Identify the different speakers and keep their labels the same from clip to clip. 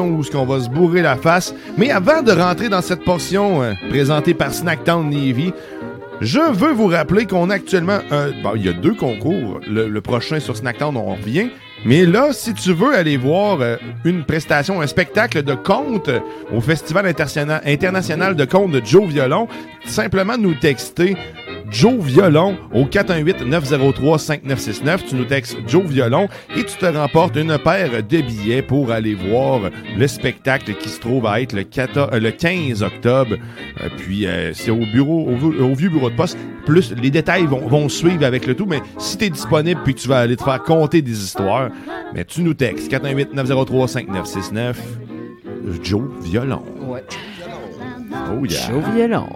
Speaker 1: où ce qu'on va se bourrer la face. Mais avant de rentrer dans cette portion euh, présentée par Snacktown Navy, je veux vous rappeler qu'on a actuellement un... bon, il y a deux concours. Le, le prochain sur Snacktown, on revient. Mais là, si tu veux aller voir euh, une prestation, un spectacle de contes euh, au Festival Intersiana- international de contes de Joe Violon, simplement nous texter Joe Violon au 418-903-5969. Tu nous textes Joe Violon et tu te remportes une paire de billets pour aller voir le spectacle qui se trouve à être le, 14 euh, le 15 octobre. Euh, puis euh, c'est au bureau, au, vu- au vieux bureau de poste. Plus les détails vont, vont suivre avec le tout, mais si tu es disponible puis que tu vas aller te faire compter des histoires, mais tu nous textes 418-903-5969. Joe Violon.
Speaker 2: Ouais.
Speaker 1: Oh yeah.
Speaker 2: Joe Violon.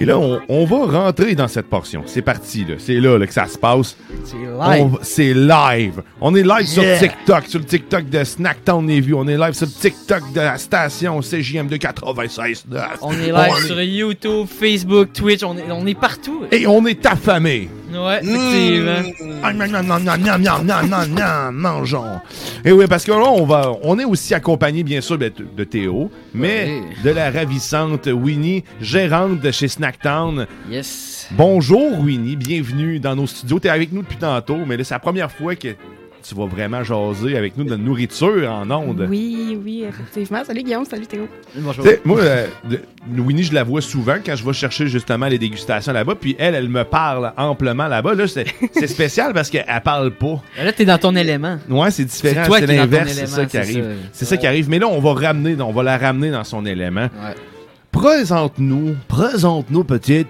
Speaker 1: Et là, on, on va rentrer dans cette portion. C'est parti, là. C'est là, là, que ça se passe.
Speaker 2: C'est
Speaker 1: On
Speaker 2: live.
Speaker 1: va- C'est live. On est live sur
Speaker 2: Yeah.
Speaker 1: TikTok, sur le TikTok de Snacktown Navy. On est live sur le TikTok de la station CJMD 96.
Speaker 2: On est live
Speaker 1: Oh.
Speaker 2: sur YouTube, Facebook, Twitch, on est, on est partout.
Speaker 1: Et on est affamé.
Speaker 2: Ouais, effectivement.
Speaker 1: Ah, miam, miam, miam, miam, miam, miam, miam, miam, miam, mangeons. Et oui, parce que là, on, va, on est aussi accompagné, bien sûr, de, de Théo, mais
Speaker 2: Ouais.
Speaker 1: de la ravissante Winnie, gérante de chez Snacktown.
Speaker 2: Yes.
Speaker 1: Bonjour Winnie, bienvenue dans nos studios. T'es avec nous depuis tantôt, mais là, c'est la première fois que tu vas vraiment jaser avec nous de nourriture en ondes.
Speaker 3: Oui, oui, effectivement. Salut Guillaume, salut Théo.
Speaker 2: Bonjour.
Speaker 1: Tu sais, moi, euh, de- Winnie, je la vois souvent quand je vais chercher justement les dégustations là-bas, puis elle, elle me parle amplement là-bas. Là, c'est c'est spécial parce qu'elle parle pas.
Speaker 2: Là, t'es dans ton élément.
Speaker 1: Ouais, c'est différent,
Speaker 2: C'est toi
Speaker 1: c'est
Speaker 2: qui es dans ton
Speaker 1: l'inverse, c'est
Speaker 2: élément,
Speaker 1: ça qui
Speaker 2: c'est
Speaker 1: arrive.
Speaker 2: ça.
Speaker 1: C'est ça qui arrive. Mais là, on va ramener, on va la ramener dans son élément.
Speaker 2: Ouais.
Speaker 1: Présente-nous, présente-nous petite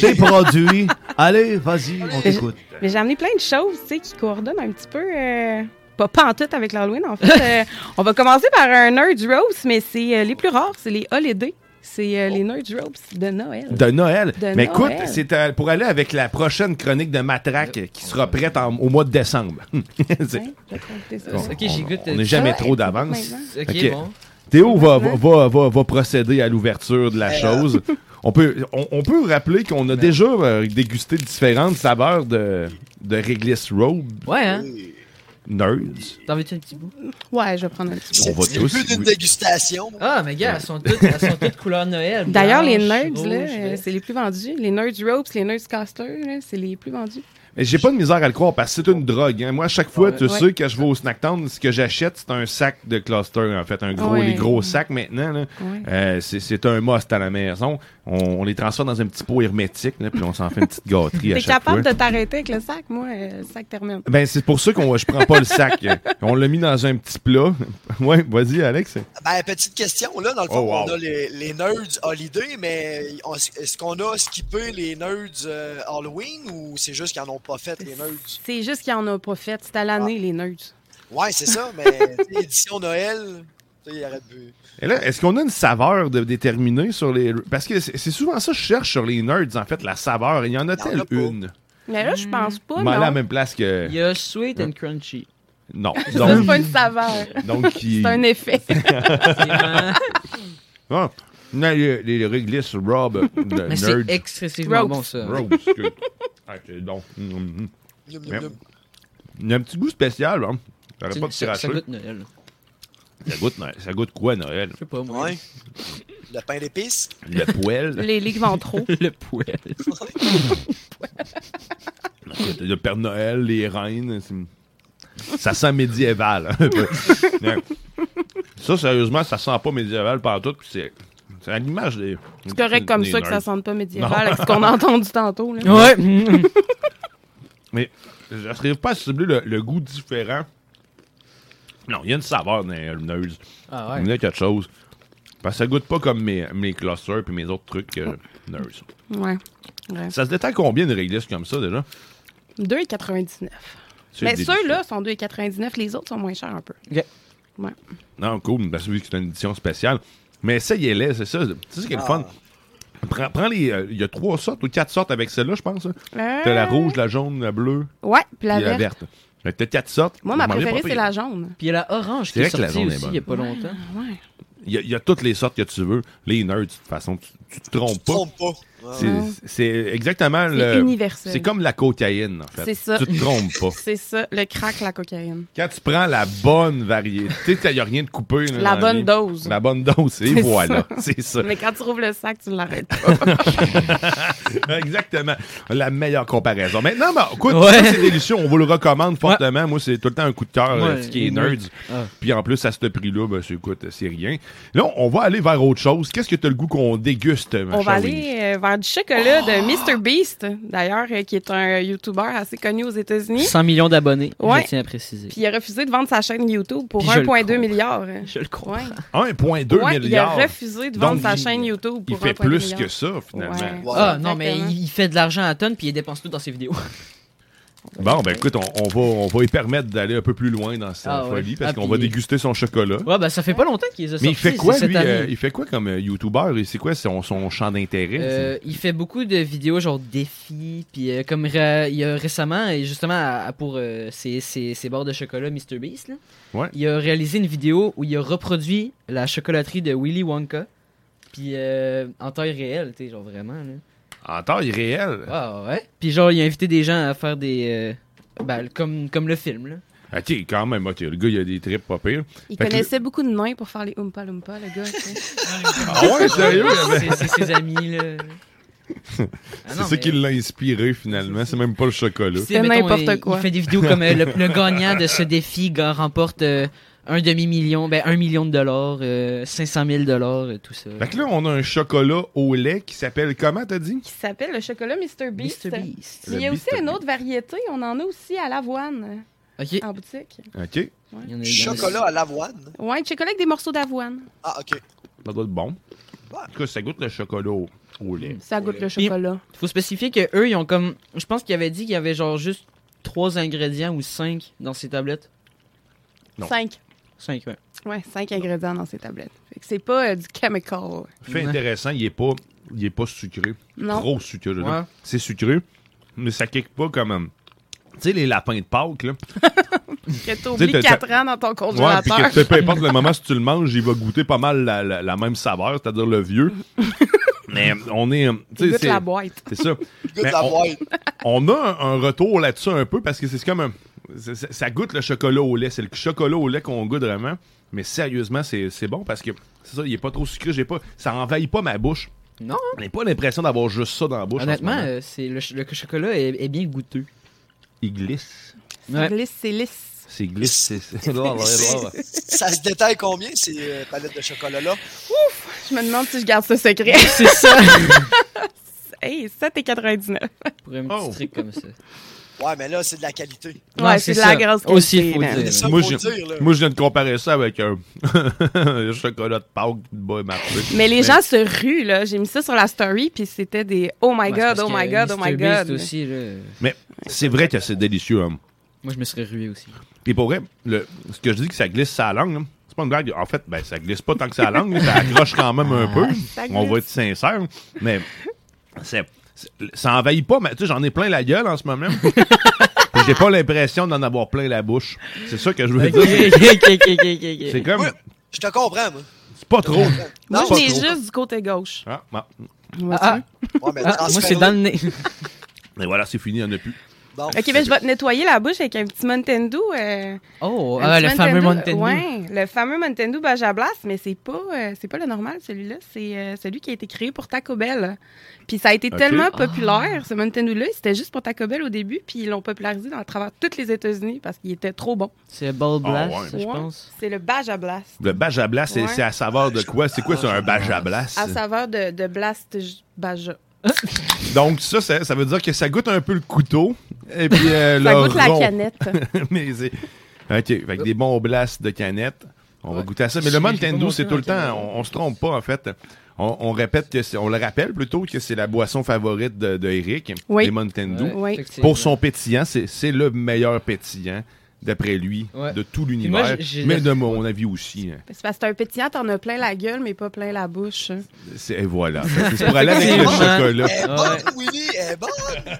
Speaker 1: tes produits. Allez, vas-y, on t'écoute.
Speaker 3: Mais j'ai amené plein de choses, tu sais, qui coordonnent un petit peu. euh, Pas pantoute avec l'Halloween, en fait. Euh, on va commencer par un Nerd Rose, mais c'est euh, les plus rares, c'est les holidays. C'est euh, les Nerd Rose de Noël.
Speaker 1: De Noël.
Speaker 3: De
Speaker 1: Mais
Speaker 3: Noël.
Speaker 1: écoute, c'est euh, pour aller avec la prochaine chronique de Matraque euh, qui sera prête en- au mois de décembre. C'est-
Speaker 3: Ouais, je vais te raconter ça.
Speaker 1: on-
Speaker 2: Ok,
Speaker 1: on-
Speaker 2: j'écoute,
Speaker 1: On
Speaker 2: euh,
Speaker 1: n'est jamais
Speaker 3: ça,
Speaker 1: trop
Speaker 3: ouais,
Speaker 1: d'avance.
Speaker 3: maintenant.
Speaker 2: Ok,
Speaker 1: Ok.
Speaker 2: bon.
Speaker 1: Théo va, va, va, va- va procéder à l'ouverture de la
Speaker 4: Euh.
Speaker 1: chose. On peut, on, on peut rappeler qu'on a déjà euh, dégusté différentes saveurs de, de réglisse robe
Speaker 2: Ouais, hein.
Speaker 1: nerds.
Speaker 2: T'en veux-tu un petit bout?
Speaker 3: Ouais, je vais prendre un petit
Speaker 1: On
Speaker 4: C'est
Speaker 1: va
Speaker 4: c'est le
Speaker 1: tous-
Speaker 4: but d'une
Speaker 1: oui.
Speaker 4: dégustation.
Speaker 2: Ah, mais gars, elles sont toutes, elles sont toutes couleur Noël.
Speaker 3: peu. D'ailleurs, les
Speaker 2: Blanche,
Speaker 3: Nerds, là,
Speaker 2: rouge,
Speaker 3: euh,
Speaker 2: vert.
Speaker 3: c'est les plus vendus. Les Nerd Robes, les Nerd Casters, là, c'est les plus vendus.
Speaker 1: Mais j'ai pas de misère à le croire parce que c'est une drogue. hein. Moi, à chaque fois, tu
Speaker 3: Ouais.
Speaker 1: sais, quand je vais au Snacktown, ce que j'achète, c'est un sac de cluster, en fait. Un gros,
Speaker 3: Ouais.
Speaker 1: les gros sacs maintenant. là.
Speaker 3: Ouais.
Speaker 1: Euh, c'est- c'est un must à la maison. On, on les transforme dans un petit pot hermétique, là, puis on s'en fait une petite gâterie à
Speaker 3: T'es
Speaker 1: chaque
Speaker 3: capable
Speaker 1: fois.
Speaker 3: de t'arrêter avec le sac, moi, euh, le sac termine.
Speaker 1: Ben, c'est pour ça qu'on je prends pas le sac. On l'a mis dans un petit plat. ouais, vas-y, Alex.
Speaker 4: Ben, petite question, là, dans le fond,
Speaker 1: Oh, wow.
Speaker 4: on a les, les nerds holiday, mais on- est-ce qu'on a skippé les nerds euh, Halloween ou c'est juste qu'ils n'en ont pas fait les nerds?
Speaker 3: C'est juste qu'il y en a pas fait. C'est à l'année, les Nerds.
Speaker 4: Ouais, c'est ça, mais tu sais, édition Noël, tu sais, il arrête de.
Speaker 1: Et là, est-ce qu'on a une saveur de déterminée sur les. Parce que c'est c'est souvent ça que je cherche sur les nerds, en fait, la saveur. Il y en
Speaker 4: Il y
Speaker 1: a-t-elle
Speaker 4: en a pas.
Speaker 1: une?
Speaker 3: Mais là, je pense pas,
Speaker 1: Mais à la
Speaker 3: Oh, non.
Speaker 1: même place que.
Speaker 2: Il y a Sweet and Crunchy.
Speaker 1: Non.
Speaker 3: Ça,
Speaker 1: Donc,
Speaker 3: C'est pas une saveur.
Speaker 1: donc qui-
Speaker 3: C'est un effet.
Speaker 2: C'est vraiment-
Speaker 1: Ah, non, les, les réglisses Rob de
Speaker 2: Mais c'est
Speaker 1: Nerd.
Speaker 2: excessivement
Speaker 3: Rope.
Speaker 2: bon, ça.
Speaker 1: Rob, excuse. Ah, c'est donc. mm, mm.
Speaker 4: Yum,
Speaker 1: Yep.
Speaker 4: yum, yum.
Speaker 1: Il y a un petit goût spécial, hein. J'aurais
Speaker 2: C'est-
Speaker 1: pas de
Speaker 2: ça, ça
Speaker 1: tirage.
Speaker 2: goûte Noël.
Speaker 1: Ça goûte, Noël. ça goûte quoi, Noël?
Speaker 2: Je sais pas, moi.
Speaker 4: Ouais. Le pain d'épices.
Speaker 1: Le poêle?
Speaker 3: les ligues vont trop.
Speaker 2: Le poêle.
Speaker 1: Le Père Noël, les reines. c'est- Ça sent médiéval. un peu. Ouais. ça, sérieusement, ça sent pas médiéval partout. puis C'est c'est à l'image des.
Speaker 3: C'est correct comme ça que ça sente pas
Speaker 1: Non.
Speaker 3: médiéval avec ce qu'on a entendu tantôt. Là.
Speaker 2: Ouais. Mm.
Speaker 1: Mais j'arrive pas à cibler le, le goût différent. Non, il y a une saveur dans les lumineuses.
Speaker 2: Ah ouais.
Speaker 1: Il y a quelque chose. Parce que ça goûte pas comme mes, mes clusters puis mes autres trucs euh, nerds.
Speaker 3: Ouais. Ouais.
Speaker 1: Ça se détend combien de réglisse comme ça déjà?
Speaker 3: 2,99.
Speaker 1: C'est
Speaker 3: Mais
Speaker 1: délicieux.
Speaker 3: Ben, ceux-là sont 2,99. Les autres sont moins chers un peu.
Speaker 2: Ok.
Speaker 3: Ouais.
Speaker 1: Non, cool, parce que vu que c'est une édition spéciale. Mais essayez-les, c'est ça. Tu sais ce qui est le fun?
Speaker 3: Ah.
Speaker 1: Prends, prends les. euh, Il y a trois sortes ou quatre sortes avec celle-là, je pense. hein.
Speaker 3: Euh,
Speaker 1: T'as la rouge, la jaune, la bleue
Speaker 3: Ouais, puis la
Speaker 1: et la
Speaker 3: verte.
Speaker 1: verte. Fait que T'as quatre sortes.
Speaker 3: Moi, ma
Speaker 1: Je m'en viens pas
Speaker 3: préférée, c'est
Speaker 1: pire.
Speaker 3: la jaune. Ah
Speaker 2: Puis il y a la orange qui
Speaker 1: C'est
Speaker 2: est
Speaker 1: vrai que la
Speaker 2: sortie
Speaker 1: jaune est
Speaker 2: aussi
Speaker 1: bonne.
Speaker 2: il y a pas longtemps.
Speaker 3: Ouais.
Speaker 1: Il y, a- il y a toutes les sortes que tu veux. Les nerds, de toute façon, tu, tu te trompes pas.
Speaker 4: Trompe pas. Ouais.
Speaker 1: C'est-
Speaker 3: Non.
Speaker 1: C'est exactement
Speaker 3: C'est
Speaker 1: le.
Speaker 3: universel.
Speaker 1: C'est comme la cocaïne, en fait.
Speaker 3: C'est ça.
Speaker 1: Tu te trompes pas.
Speaker 3: C'est ça, le crack, la cocaïne.
Speaker 1: Quand tu prends la bonne variété, il n'y a rien de coupé. là,
Speaker 3: La
Speaker 1: dans
Speaker 3: bonne
Speaker 1: vie.
Speaker 3: dose.
Speaker 1: La bonne dose, et
Speaker 3: C'est
Speaker 1: voilà. C'est ça.
Speaker 3: Mais quand tu ouvres le sac, tu l'arrêtes pas.
Speaker 1: Exactement. La meilleure comparaison. Maintenant, ben, écoute,
Speaker 2: Ouais.
Speaker 1: ça, c'est délicieux. On vous le recommande fortement. Moi, c'est tout le temps un coup de cœur,
Speaker 2: Ouais,
Speaker 1: euh, ce qui est
Speaker 2: les
Speaker 1: nerds.
Speaker 2: nerds. Ah.
Speaker 1: Puis en plus, à ce prix-là, ben, c'est- écoute, c'est rien. Là, on va aller vers autre chose. Qu'est-ce que tu as le goût qu'on déguste, ma
Speaker 3: On va
Speaker 1: chère Winnie?
Speaker 3: aller euh, vers du chocolat de Mr. Beast, d'ailleurs, euh, qui est un YouTuber assez connu aux États-Unis.
Speaker 2: 100 millions d'abonnés,
Speaker 3: Ouais.
Speaker 2: je tiens à préciser.
Speaker 3: Puis il a refusé de vendre sa chaîne YouTube pour
Speaker 2: Puis je le
Speaker 3: 1,2
Speaker 2: comprends.
Speaker 3: milliard.
Speaker 2: je le crois.
Speaker 3: Ouais.
Speaker 1: 1,2
Speaker 3: Ouais, il a
Speaker 1: milliard.
Speaker 3: refusé de vendre
Speaker 1: Donc,
Speaker 3: sa
Speaker 1: il-
Speaker 3: chaîne YouTube
Speaker 1: Il
Speaker 3: pour
Speaker 1: fait
Speaker 3: 1,2 milliard.
Speaker 1: plus que ça, finalement.
Speaker 3: Ouais.
Speaker 2: Ah
Speaker 4: Voilà.
Speaker 2: non, mais
Speaker 3: Exactement.
Speaker 2: il, il fait de l'argent à tonnes puis il dépense tout dans ses vidéos.
Speaker 1: Bon, ben écoute, on, on va, on va lui permettre d'aller un peu plus loin dans sa
Speaker 2: Ah ouais.
Speaker 1: folie parce
Speaker 2: Ah,
Speaker 1: qu'on
Speaker 2: puis-
Speaker 1: va déguster son chocolat.
Speaker 2: Ouais, ben ça fait pas longtemps qu'il les a
Speaker 1: Mais il
Speaker 2: sortis,
Speaker 1: fait quoi,
Speaker 2: c'est cette
Speaker 1: lui?
Speaker 2: année.
Speaker 1: euh, il fait quoi comme euh, youtubeur? Et C'est quoi son, son champ d'intérêt?
Speaker 2: Euh, il fait beaucoup de vidéos genre défis, puis euh, comme ré- il y a récemment, et justement à- à pour euh, ses, ses- ses barres de chocolat Mr. Beast, là,
Speaker 1: Ouais.
Speaker 2: il a réalisé une vidéo où il a reproduit la chocolaterie de Willy Wonka, puis euh, en taille réelle, tu sais, genre vraiment. Là.
Speaker 1: En temps irréel?
Speaker 2: Ah ouais. Puis genre, il a invité des gens à faire des. euh, ben, comme, comme le film, là.
Speaker 1: Ok, Ah, quand même, ok, le gars, il a des tripes pas pires.
Speaker 3: Il
Speaker 1: Fait que
Speaker 3: connaissait beaucoup de nains pour faire les Oompa Loompa, le gars. tu sais.
Speaker 1: Ah ouais, sérieux? il avait-
Speaker 2: C'est- C'est ses amis, là. Ah
Speaker 1: C'est
Speaker 2: non,
Speaker 1: ça
Speaker 2: mais-
Speaker 1: qui l'a inspiré finalement, c'est même pas le chocolat.
Speaker 2: C'est
Speaker 3: n'importe
Speaker 2: il-
Speaker 3: quoi.
Speaker 2: Il fait des vidéos comme euh, le, le gagnant de ce défi gars, remporte euh, un demi-million, ben un million de dollars, euh, 500 000 dollars, euh, tout ça.
Speaker 1: Fait que là, on a un chocolat au lait qui s'appelle comment, t'as dit?
Speaker 3: Qui s'appelle le chocolat Mr. Beast.
Speaker 2: Mr. Beast.
Speaker 3: Mais il y a
Speaker 1: Le
Speaker 3: aussi
Speaker 1: Beast-
Speaker 3: une autre variété. On en a aussi à l'avoine
Speaker 2: Ok.
Speaker 3: euh, en boutique.
Speaker 1: Ok,
Speaker 2: Il y en a- il y en a-
Speaker 4: Chocolat à l'avoine.
Speaker 3: Ouais, chocolat avec des morceaux d'avoine.
Speaker 4: Ah, ok.
Speaker 1: ça doit être bon. En tout cas, ça goûte le chocolat au, au lait.
Speaker 3: Ça goûte le chocolat.
Speaker 2: Faut spécifier que eux, ils ont comme, je pense qu'il avait dit qu'il y avait genre juste trois ingrédients ou cinq dans ces tablettes.
Speaker 1: Non.
Speaker 3: Cinq.
Speaker 2: Cinq, ouais.
Speaker 3: Ouais, cinq ingrédients dans ces tablettes. Fait que c'est pas euh, du chemical.
Speaker 1: Fait
Speaker 2: Ouais.
Speaker 1: intéressant, il est pas, il est pas sucré.
Speaker 3: Non.
Speaker 1: Trop sucré, là.
Speaker 2: Ouais.
Speaker 1: C'est sucré, mais ça kick pas comme. euh, Tu sais, les lapins de Pâques, là.
Speaker 3: Que
Speaker 1: Tu sais,
Speaker 3: t'oublies
Speaker 1: t'as-
Speaker 3: quatre ans dans ton
Speaker 1: Ouais, puis
Speaker 3: congélateur.
Speaker 1: que peu- peu importe le moment, si tu le manges, il va goûter pas mal la, la- la même saveur, c'est-à-dire le vieux. mais on est. euh, tu sais,
Speaker 3: Il goûte
Speaker 1: c'est-
Speaker 3: la boîte.
Speaker 1: C'est ça.
Speaker 4: Goûte
Speaker 1: Mais
Speaker 4: la
Speaker 1: on-
Speaker 4: boîte.
Speaker 1: On a un, un retour là-dessus un peu parce que c'est comme un. c'est- c'est- Ça goûte le chocolat au lait. C'est le chocolat au lait qu'on goûte vraiment. Mais sérieusement, c'est c'est bon parce que c'est ça, il est pas trop sucré. J'ai pas, ça envahit pas ma bouche.
Speaker 2: Non.
Speaker 1: J'ai pas l'impression d'avoir juste ça dans la bouche. en ce
Speaker 2: Honnêtement,
Speaker 1: moment.
Speaker 2: euh, c'est le, ch- le chocolat est, est bien goûteux.
Speaker 3: euh,
Speaker 1: il glisse.
Speaker 2: Ouais.
Speaker 3: C'est lisse, c'est lisse.
Speaker 1: C'est glisse. c'est- c'est-
Speaker 4: Ça se détaille combien, ces euh, palettes de chocolat-là?
Speaker 3: Je me demande si je garde ce secret.
Speaker 2: C'est ça.
Speaker 3: hey, 7,99.
Speaker 2: Pour un petit
Speaker 1: Oh.
Speaker 2: truc comme ça.
Speaker 4: Ouais, mais là, c'est de la qualité.
Speaker 2: Non,
Speaker 3: Ouais,
Speaker 2: c'est
Speaker 3: c'est de la
Speaker 2: ça.
Speaker 3: grosse qualité.
Speaker 2: Aussi, il faut
Speaker 3: là.
Speaker 2: dire.
Speaker 4: C'est ça
Speaker 1: Moi,
Speaker 4: qu'il faut
Speaker 1: j'ai-
Speaker 4: dire, là.
Speaker 1: Moi, je viens de comparer ça avec un, un chocolat de Pâques de bas marché.
Speaker 3: Mais les gens se ruent, là. J'ai mis ça sur la story, puis c'était des « Oh my
Speaker 2: Ouais, c'est
Speaker 3: God,
Speaker 2: parce
Speaker 3: oh
Speaker 2: que
Speaker 3: my God, oh my
Speaker 2: MrBeast
Speaker 3: God ».
Speaker 2: aussi, là,
Speaker 1: Mais c'est vrai que c'est délicieux. hein.
Speaker 2: Moi, je me serais rué aussi.
Speaker 1: Puis pour vrai, le, ce que je dis que ça glisse sa langue, là, c'est pas une blague. En fait, ben, ça glisse pas tant que sa langue, mais ça accroche quand même un peu.
Speaker 3: Ah, Ça glisse.
Speaker 1: On va être sincère, mais c'est, c'est- ça envahit pas. Mais tu sais, j'en ai plein la gueule en ce moment. Puis J'ai pas l'impression d'en avoir plein la bouche. C'est ça que je veux dire. C'est- C'est comme,
Speaker 4: Ouais. Je te comprends, moi.
Speaker 1: c'est pas trop.
Speaker 3: Moi,
Speaker 1: pas
Speaker 3: je l'ai
Speaker 1: trop.
Speaker 3: juste du côté gauche.
Speaker 1: Ah, ah.
Speaker 2: Ah,
Speaker 4: Ouais, mais
Speaker 2: ah, moi, c'est
Speaker 4: transfère-le.
Speaker 2: dans le nez.
Speaker 1: Mais voilà, c'est fini, on a plus.
Speaker 4: Bon.
Speaker 3: Ok, ben je vais te nettoyer la bouche avec un petit Mountain Dew. euh,
Speaker 2: Oh,
Speaker 3: un
Speaker 2: ah,
Speaker 3: petit
Speaker 2: le fameux Mountain Dew.
Speaker 3: Ouais, le fameux Mountain Dew Baja Blast, mais c'est pas, euh, c'est pas le normal, celui-là. C'est euh, celui qui a été créé pour Taco Bell. Puis ça a été
Speaker 1: Ok.
Speaker 3: tellement
Speaker 2: Ah.
Speaker 3: populaire, ce Mountain Dew-là. C'était juste pour Taco Bell au début, puis ils l'ont popularisé dans- à travers toutes les États-Unis parce qu'il était trop bon.
Speaker 2: C'est le Ball
Speaker 1: Ah,
Speaker 2: Blast,
Speaker 1: ouais.
Speaker 2: je
Speaker 3: Ouais.
Speaker 2: pense.
Speaker 3: C'est le Baja Blast.
Speaker 1: Le bajablas, c'est
Speaker 3: Ouais. Ah,
Speaker 1: c'est à saveur de quoi? C'est quoi, c'est un bajablas?
Speaker 3: À saveur de, de Blast J- ben, Baja.
Speaker 1: Donc, ça, ça, ça veut dire que ça goûte un peu le couteau. Et puis, euh,
Speaker 3: Ça
Speaker 1: le
Speaker 3: goûte la
Speaker 1: rond.
Speaker 3: canette.
Speaker 1: Mais c'est- OK, avec des bons blasts de canette. On va goûter à ça. Mais
Speaker 2: J'ai-
Speaker 1: le
Speaker 2: j'ai
Speaker 1: Mountain
Speaker 2: pas
Speaker 1: Dew,
Speaker 2: mon
Speaker 1: c'est
Speaker 2: Dieu,
Speaker 1: tout le
Speaker 2: ok.
Speaker 1: temps, on, on se trompe pas, en fait. On, on répète que c'est- on le rappelle plutôt que c'est la boisson favorite de, de Eric,
Speaker 3: Oui.
Speaker 1: les Mountain Dew.
Speaker 2: Ouais,
Speaker 3: Oui.
Speaker 2: effectivement.
Speaker 1: Pour son pétillant, c'est c'est le meilleur pétillant, d'après lui,
Speaker 2: Ouais.
Speaker 1: de tout
Speaker 2: moi,
Speaker 1: l'univers.
Speaker 2: j'ai- j'ai-
Speaker 1: Mais de mon avis aussi. hein.
Speaker 3: C'est parce que c'est un pétillant, t'en as plein la gueule, mais pas plein la bouche. hein.
Speaker 1: C'est- Et voilà. C'est pour aller avec le
Speaker 2: Effectivement.
Speaker 1: chocolat.
Speaker 4: Elle est bonne, Eh Willy, eh elle est bonne.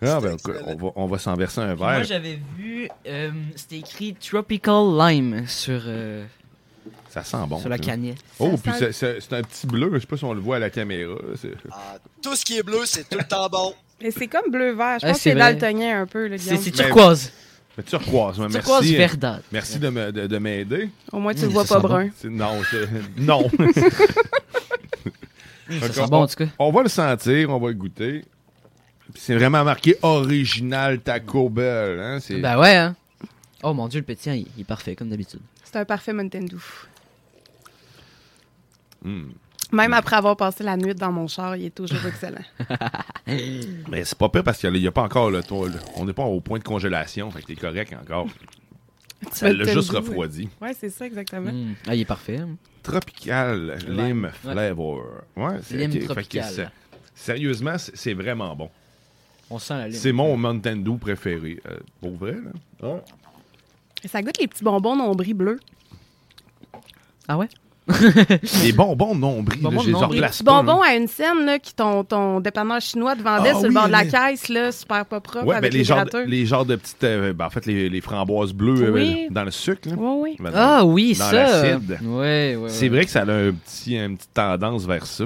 Speaker 1: Ah, ben, on va, on va s'en verser un
Speaker 2: Puis Moi,
Speaker 1: verre.
Speaker 2: j'avais vu, euh, c'était écrit Tropical Lime sur, euh,
Speaker 1: Ça sent bon.
Speaker 2: sur la
Speaker 1: ça.
Speaker 2: canette.
Speaker 1: Oh,
Speaker 3: Ça
Speaker 1: puis
Speaker 3: sent-
Speaker 1: c'est- c'est c'est un petit bleu. Je sais pas si on le voit à la caméra. C'est-
Speaker 4: Ah, tout ce qui est bleu, c'est tout le temps bon.
Speaker 3: Mais c'est comme bleu-vert. Je
Speaker 2: Ah,
Speaker 3: pense que
Speaker 2: c'est
Speaker 3: c'est
Speaker 2: vrai.
Speaker 3: daltonien un peu, le
Speaker 2: C'est
Speaker 3: Guillaume.
Speaker 2: c'est
Speaker 1: Mais-
Speaker 2: turquoise.
Speaker 1: Mais turquoise, ouais,
Speaker 2: Turquoise
Speaker 1: merci. hein.
Speaker 2: verdâtre.
Speaker 1: Merci de me- de de m'aider.
Speaker 3: Au moins, tu
Speaker 2: Mmh,
Speaker 3: le vois
Speaker 2: ça
Speaker 3: pas
Speaker 2: sent bon.
Speaker 3: brun.
Speaker 1: C'est- Non, c'est- non.
Speaker 2: Mmh,
Speaker 1: Fait
Speaker 2: Ça
Speaker 1: qu'on-
Speaker 2: sent bon, en tout cas.
Speaker 1: On va le sentir, on va le goûter. Puis C'est vraiment marqué original Taco Bell. Hein? C'est
Speaker 2: Ben ouais, hein. Oh mon dieu, le pétillant, il, il est parfait, comme d'habitude.
Speaker 3: C'est un parfait Mountain Dew.
Speaker 1: Hmm.
Speaker 3: Même après avoir passé la nuit dans mon char, il est toujours excellent.
Speaker 1: Mais c'est pas pire parce qu'il n'y a pas encore le toit. là. On n'est pas au point de congélation, fait que t'es correct encore. Ça l'a
Speaker 3: Mountain
Speaker 1: Ben, juste
Speaker 3: Dew,
Speaker 1: refroidi.
Speaker 3: Ouais, c'est ça, exactement.
Speaker 2: Mmh. Ah, il est parfait. hein.
Speaker 1: Tropical lime flavor. Ouais, c'est
Speaker 2: Lime
Speaker 1: ok, fait que
Speaker 2: tropical.
Speaker 1: c'est- Sérieusement, c'est c'est vraiment bon.
Speaker 2: On sent la lime.
Speaker 1: C'est mon Mountain Dew préféré. Euh, pour vrai, là. Ouais.
Speaker 3: Ça goûte les petits bonbons nombris bleus.
Speaker 2: Ah ouais?
Speaker 1: Les bonbons nombrils,
Speaker 2: Bonbons
Speaker 1: là, je les
Speaker 2: nombrils.
Speaker 1: replace
Speaker 3: Petits
Speaker 1: pas,
Speaker 3: bonbons
Speaker 1: là.
Speaker 3: à une scène là, qui ton, ton dépanneur chinois te vendait
Speaker 1: Ah
Speaker 3: sur le
Speaker 1: oui,
Speaker 3: bord de la
Speaker 1: oui.
Speaker 3: caisse, là, super pas propre
Speaker 1: Ouais, ben,
Speaker 3: hein, avec
Speaker 1: les, genres, de-
Speaker 3: gratteurs.
Speaker 1: les genres de petites. euh, ben, en fait, les, les framboises bleues euh,
Speaker 3: Oui.
Speaker 1: dans le sucre. là.
Speaker 3: Oui, oui.
Speaker 1: Ben, dans-
Speaker 2: Ah oui,
Speaker 1: dans
Speaker 2: ça!
Speaker 1: l'acide.
Speaker 2: Ouais, ouais, ouais.
Speaker 1: C'est vrai que ça a un petit, une petite tendance vers ça.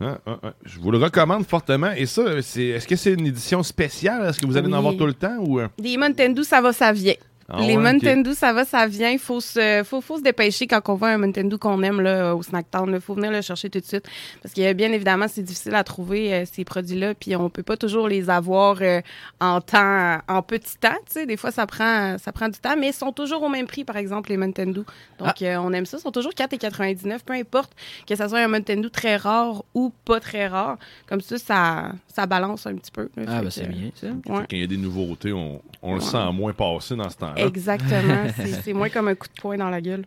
Speaker 1: Hein, hein, hein. Je vous le recommande fortement. Et ça, c'est, est-ce que c'est une édition spéciale? Est-ce que vous allez en
Speaker 3: Oui.
Speaker 1: avoir tout le temps? Ou... euh?
Speaker 3: Les Mountain Dew, ça va, ça vient.
Speaker 1: Ah
Speaker 3: les
Speaker 1: ouais,
Speaker 3: Mountain
Speaker 1: ok.
Speaker 3: Dew, ça va, ça vient. Il faut se, faut, faut se dépêcher quand on voit un Mountain Dew qu'on aime là, au Snack Town. Il faut venir le chercher tout de suite. Parce que, bien évidemment, c'est difficile à trouver euh, ces produits-là. Puis on peut pas toujours les avoir euh, en temps, en petit temps. tu sais. Des fois, ça prend, ça prend du temps. Mais ils sont toujours au même prix, par exemple, les Mountain Dew. Donc, euh, on aime ça. Ils sont toujours 4,99 peu importe que ça soit un Mountain Dew très rare ou pas très rare. Comme ça, ça, ça balance un petit peu. là.
Speaker 2: Ah,
Speaker 3: Fait
Speaker 2: bah
Speaker 3: que,
Speaker 2: c'est bien, ça.
Speaker 3: ouais.
Speaker 1: Quand il y a des nouveautés, on, on le sent moins passer dans ce temps-là.
Speaker 3: Exactement. C'est- c'est moins comme un coup de poing dans la gueule.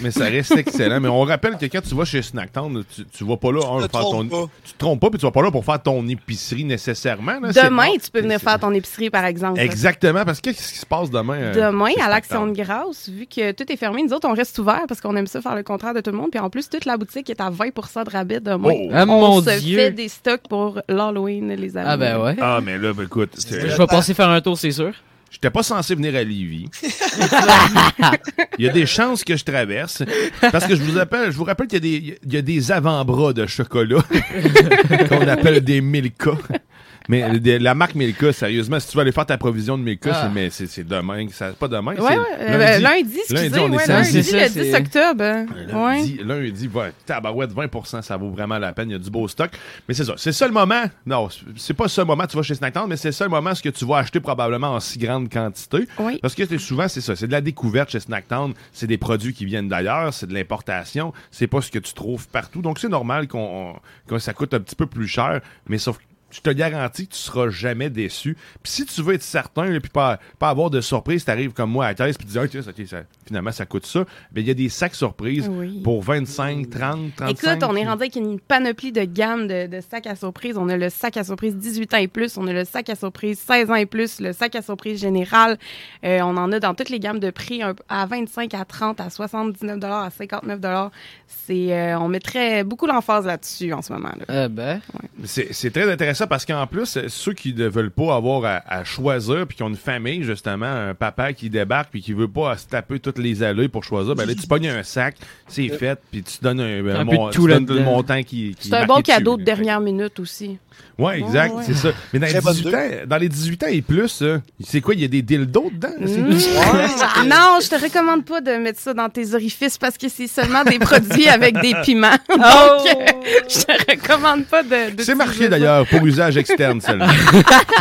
Speaker 1: Mais ça reste excellent. Mais on rappelle que quand tu vas chez Snacktown, tu, tu vas pas là hein,
Speaker 4: te
Speaker 1: faire ton.
Speaker 4: trompes pas.
Speaker 1: Tu te trompes pas, puis tu vas pas là pour faire ton épicerie nécessairement. là. C'est-
Speaker 3: Demain,
Speaker 1: non,
Speaker 3: tu peux venir
Speaker 1: c'est-
Speaker 3: faire ton épicerie, par exemple.
Speaker 1: Exactement, parce que qu'est-ce qui se passe demain? euh,
Speaker 3: Demain,
Speaker 1: chez
Speaker 3: à
Speaker 1: Snacktown?
Speaker 3: l'Action de grâce, vu que tout est fermé, nous autres, on reste ouvert parce qu'on aime ça faire le contraire de tout le monde. Puis en plus, toute la boutique est à 20 de rabais demain.
Speaker 1: Oh.
Speaker 2: Ah,
Speaker 3: on
Speaker 2: mon
Speaker 3: se
Speaker 2: Dieu.
Speaker 3: fait des stocks pour l'Halloween, les amis.
Speaker 2: Ah ben ouais.
Speaker 1: Ah, mais là, ben, écoute, c'est-
Speaker 2: Je vais passer faire un tour, c'est sûr.
Speaker 1: j'étais pas censé venir à Lévis. il y a des chances que je traverse. Parce que je vous appelle, je vous rappelle qu'il y a des, il y a des avant-bras de chocolat qu'on appelle des Milka. Mais de- la marque Milka, sérieusement, si tu veux aller faire ta provision de Milka,
Speaker 2: Ah.
Speaker 1: c'est- mais c'est c'est demain, que ça, pas demain,
Speaker 3: Ouais, ouais,
Speaker 1: c'est
Speaker 3: euh, lundi, excusez,
Speaker 1: Lundi, on est
Speaker 3: ouais,
Speaker 1: censé-
Speaker 3: lundi,
Speaker 2: C'est ça,
Speaker 3: le
Speaker 2: c'est-
Speaker 3: 10 octobre. hein. Ouais.
Speaker 1: Lundi, lundi ouais, tabarouette, 20 ça vaut vraiment la peine. Il y a du beau stock. Mais c'est ça. C'est ça le moment. Non, c'est pas ce moment que tu vas chez Snacktown, mais c'est ça le moment ce que tu vas acheter probablement en si grande quantité.
Speaker 3: Oui.
Speaker 1: Parce que c'est souvent, c'est ça. C'est de la découverte chez Snacktown. C'est des produits qui viennent d'ailleurs. C'est de l'importation. C'est pas ce que tu trouves partout. Donc, c'est normal qu'on, on- que ça coûte un petit peu plus cher. Mais sauf que je te garantis que tu seras jamais déçu. Puis si tu veux être certain et puis pas, pas avoir de surprise, t'arrives comme moi à la caisse puis tu dis OK, ça- OK, ça- finalement ça coûte ça. Mais il y a des sacs surprises
Speaker 3: Oui.
Speaker 1: pour 25, 30, 35.
Speaker 3: Écoute, on est rendu avec une panoplie de gammes de, de sacs à surprise. On a le sac à surprise 18 ans et plus, on a le sac à surprise 16 ans et plus, le sac à surprise général. Euh, on en a dans toutes les gammes de prix un- à 25, à 30, à 79 à 59 C'est, euh, On mettrait beaucoup l'emphase là-dessus en ce moment. là.
Speaker 2: Ah ben.
Speaker 1: C'est c'est très intéressant. ça, parce qu'en plus, euh, ceux qui ne veulent pas avoir à, à choisir, puis qui ont une famille, justement, un papa qui débarque, puis qui veut pas se taper toutes les allées pour choisir, ben là, tu pognes un sac, c'est
Speaker 4: Euh.
Speaker 1: fait, puis tu donnes un,
Speaker 2: Un peu de
Speaker 1: tu
Speaker 2: tout
Speaker 1: donnes
Speaker 2: là-dedans.
Speaker 1: le montant qui, qui
Speaker 3: C'est un
Speaker 1: marqué
Speaker 3: bon
Speaker 1: dessus,
Speaker 3: cadeau
Speaker 1: là.
Speaker 3: de dernière minute aussi.
Speaker 1: Ouais, exact,
Speaker 3: Ouais, ouais.
Speaker 1: c'est ça. Mais dans les,
Speaker 4: Très bonne
Speaker 1: 18
Speaker 4: deux.
Speaker 1: ans, dans les 18 ans et plus, euh, c'est quoi, il y a des dildos dedans? là,
Speaker 3: Mm-hmm.
Speaker 1: c'est-
Speaker 4: Ouais.
Speaker 3: Ah non, je te recommande pas de mettre ça dans tes orifices parce que c'est seulement des produits avec des piments. Donc, euh, je te recommande pas de. de
Speaker 1: C'est marqué
Speaker 3: d'utiliser ça.
Speaker 1: d'ailleurs pour usage externe, celle-là.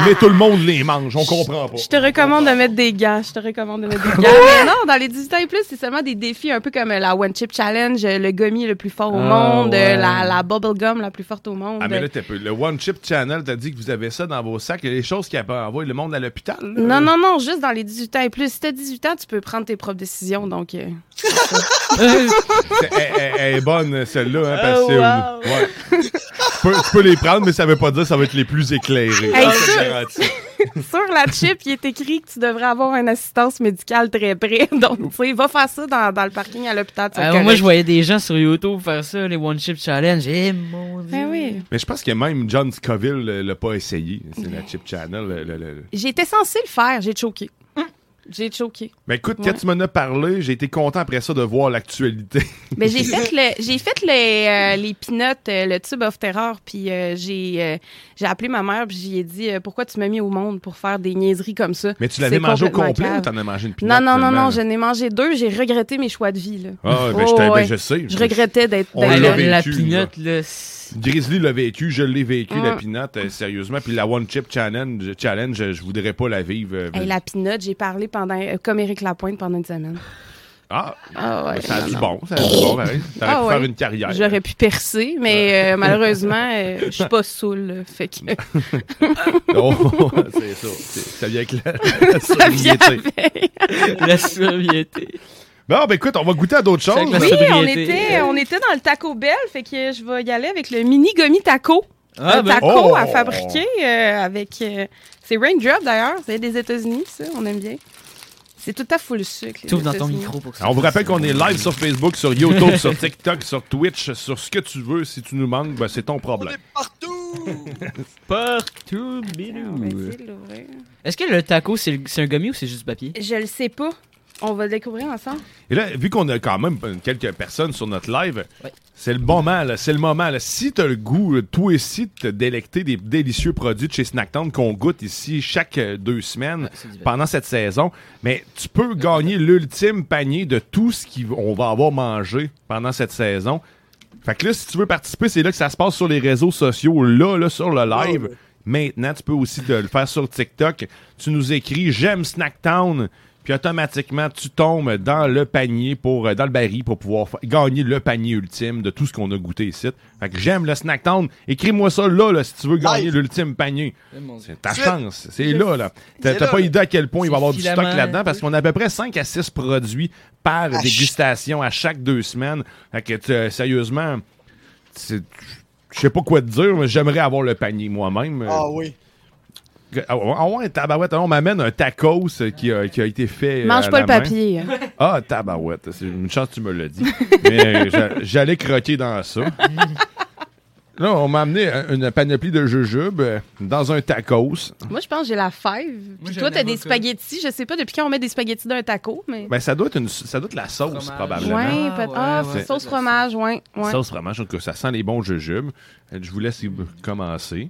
Speaker 1: Mais tout le monde les mange, on comprend pas.
Speaker 3: Je te recommande de mettre des gants. Je te recommande de mettre des gants. Mais non, dans les 18 ans et plus, c'est seulement des défis un peu comme euh, la One Chip Challenge, euh, le gommier le plus fort au
Speaker 2: Ah,
Speaker 3: monde, euh,
Speaker 2: ouais.
Speaker 3: la, la bubble gum la plus forte au monde.
Speaker 1: Ah, mais là, t'es peu. Le One Chip Channel, t'as dit que vous avez ça dans vos sacs. Il y a des choses qui envoient le monde à l'hôpital. là.
Speaker 3: non, non, non, juste dans les 18 ans et plus. Si t'as 18 ans, tu peux prendre tes propres décisions. Donc, euh,
Speaker 2: Ah,
Speaker 1: C'est- Elle, elle- elle est bonne, celle-là, hein, parce
Speaker 3: Oh,
Speaker 1: que. ouais. tu, peux, tu peux les prendre, mais ça veut pas dire que ça va être les plus éclairés.
Speaker 3: Hey,
Speaker 1: Ça, c'est
Speaker 3: ça-
Speaker 1: garanti.
Speaker 3: sur la chip, il est écrit que tu devrais avoir une assistance médicale très près. Donc, tu sais, va faire ça dans, dans le parking à l'hôpital. tu vas
Speaker 2: Ah,
Speaker 3: être
Speaker 2: moi,
Speaker 3: correct.
Speaker 2: je voyais des gens sur YouTube faire ça, les One Chip Challenge. Eh mon dieu.
Speaker 3: Ben oui.
Speaker 1: Mais je pense que même John Scoville euh, l'a pas essayé. C'est la Chip Channel. le- le- le-
Speaker 3: J'étais censée le faire. J'ai choqué. J'ai choqué.
Speaker 1: Mais écoute,
Speaker 3: Ouais.
Speaker 1: quand tu m'en as parlé, j'ai été content après ça de voir l'actualité.
Speaker 3: Ben, j'ai fait le j'ai fait les euh, les peanuts, euh, le tube of terror puis euh, j'ai euh, j'ai appelé ma mère puis j'y ai dit euh, pourquoi tu m'as mis au monde pour faire des niaiseries comme ça.
Speaker 1: Mais tu l'avais
Speaker 3: C'est
Speaker 1: mangé au
Speaker 3: complètement
Speaker 1: complet
Speaker 3: cave.
Speaker 1: ou t'en as mangé une
Speaker 3: Non
Speaker 1: pinette
Speaker 3: non non
Speaker 1: seulement?
Speaker 3: non, je n'ai mangé deux, j'ai regretté mes choix de vie là.
Speaker 1: Ah, ben, je,
Speaker 3: Oh,
Speaker 1: t'ai- ben,
Speaker 3: ouais.
Speaker 1: je sais.
Speaker 3: Je regrettais d'être
Speaker 1: On
Speaker 2: Ah,
Speaker 3: d'être
Speaker 1: l'a
Speaker 2: la,
Speaker 3: là.
Speaker 1: vécu,
Speaker 2: la
Speaker 1: là.
Speaker 2: pinotte, là. c'est-
Speaker 1: Grizzly l'a vécu, je l'ai vécu, la
Speaker 3: Ouais.
Speaker 1: pinotte, euh, sérieusement. Puis la One Chip Challenge, challenge euh, je voudrais pas la vivre. euh,
Speaker 3: Hey, la peanut, j'ai parlé pendant euh, comme Éric Lapointe pendant une semaine.
Speaker 1: Ah,
Speaker 3: Ah ouais.
Speaker 1: ça a
Speaker 3: non,
Speaker 1: du
Speaker 3: non.
Speaker 1: bon, ça a du bon, pareil. T'aurais
Speaker 3: Ah
Speaker 1: pu
Speaker 3: ouais.
Speaker 1: faire une carrière.
Speaker 3: J'aurais pu percer, mais euh, malheureusement, euh, je suis pas saoule. là. Fait que
Speaker 1: Oh, c'est ça. c'est- Ça vient avec la, la
Speaker 3: ça vient
Speaker 1: sobriété.
Speaker 3: avec.
Speaker 2: La sobriété.
Speaker 1: Bon, ben écoute, on va goûter à d'autres
Speaker 2: C'est
Speaker 1: choses.
Speaker 2: avec la
Speaker 3: Oui, on
Speaker 2: sobriété. Euh.
Speaker 3: était, on était dans le Taco Bell, fait que je vais y aller avec le mini gummy taco.
Speaker 2: Ah,
Speaker 3: un
Speaker 2: ben,
Speaker 3: taco
Speaker 1: Oh!
Speaker 3: à fabriquer euh, avec. euh, c'est Raindrop d'ailleurs, c'est des États-Unis, ça, on aime bien. C'est tout à full le sucre. les
Speaker 2: t'ouvres dans ton
Speaker 3: États-Unis.
Speaker 2: micro pour que ça.
Speaker 1: On vous rappelle qu'on est live sur Facebook, sur YouTube, sur TikTok, sur Twitch, sur ce que tu veux. Si tu nous manques, ben, c'est ton
Speaker 4: On
Speaker 1: problème.
Speaker 4: est partout!
Speaker 1: Euh,
Speaker 2: partout,
Speaker 3: Ah, on va essayer de l'ouvrir.
Speaker 2: Est-ce que le taco, c'est le- c'est un gummy ou c'est juste du papier?
Speaker 3: Je le sais pas. On va le découvrir ensemble.
Speaker 1: Et là, vu qu'on a quand même quelques personnes sur notre live,
Speaker 2: Ouais.
Speaker 1: c'est le bon moment, là, c'est le moment. Là. Si t'as le goût, là, toi aussi, de te délecter des délicieux produits de chez Snacktown qu'on goûte ici chaque euh, deux semaines
Speaker 2: Ah, c'est divers.
Speaker 1: pendant cette saison, mais tu peux gagner l'ultime panier de tout ce qu'on va avoir mangé pendant cette saison. Fait que là, si tu veux participer, c'est là que ça se passe sur les réseaux sociaux, là, là, sur le live. Maintenant, tu peux aussi te le faire sur TikTok. Tu nous écris J'aime Snacktown. Puis automatiquement, tu tombes dans le panier pour euh, dans le baril pour pouvoir fa- gagner le panier ultime de tout ce qu'on a goûté ici. Fait que j'aime le Snacktown. Écris-moi ça là, là, si tu veux gagner
Speaker 4: Live.
Speaker 1: l'ultime panier. C'est ta chance. C'est là, là. T'as
Speaker 4: C'est
Speaker 1: t'as
Speaker 4: là,
Speaker 1: pas
Speaker 4: là.
Speaker 1: idée à quel point il va y avoir du
Speaker 2: C'est
Speaker 1: stock
Speaker 2: filament,
Speaker 1: là-dedans parce
Speaker 2: oui.
Speaker 1: qu'on a à peu près 5 à 6 produits par
Speaker 4: ch-
Speaker 1: dégustation à chaque deux semaines. Fait que, tu- sérieusement, c'est- je sais pas quoi te dire, mais j'aimerais avoir le panier moi-même.
Speaker 4: Ah oui.
Speaker 1: Que- Ah ouais, ah ouais, tabarouette, on m'amène un tacos euh, qui a, qui a été fait. euh,
Speaker 3: Mange
Speaker 1: à
Speaker 3: pas
Speaker 1: la
Speaker 3: le
Speaker 1: main.
Speaker 3: papier. hein.
Speaker 1: Ah, tabarouette, c'est une chance que tu me l'as dit. Mais euh, j'a- j'allais croquer dans ça. Là, on m'a amené un- une panoplie de jujubes euh, dans un tacos.
Speaker 3: Moi, je pense que j'ai la fève. Puis
Speaker 2: j'ai
Speaker 3: toi,
Speaker 2: un
Speaker 3: t'as des
Speaker 2: avocat.
Speaker 3: spaghettis. Je sais pas depuis quand on met des spaghettis dans un taco, mais.
Speaker 1: Ben, ça doit être, une, ça doit être la sauce,
Speaker 2: Fromage.
Speaker 1: probablement.
Speaker 3: Ouais,
Speaker 2: Ah,
Speaker 3: peut-être.
Speaker 2: ouais,
Speaker 3: Ah,
Speaker 2: ouais,
Speaker 3: sauce
Speaker 2: ouais.
Speaker 3: fromage, ouais. ouais.
Speaker 1: Sauce fromage, en tout cas, ça sent les bons jujubes. Euh, Je vous laisse y-
Speaker 2: Mm.
Speaker 1: commencer.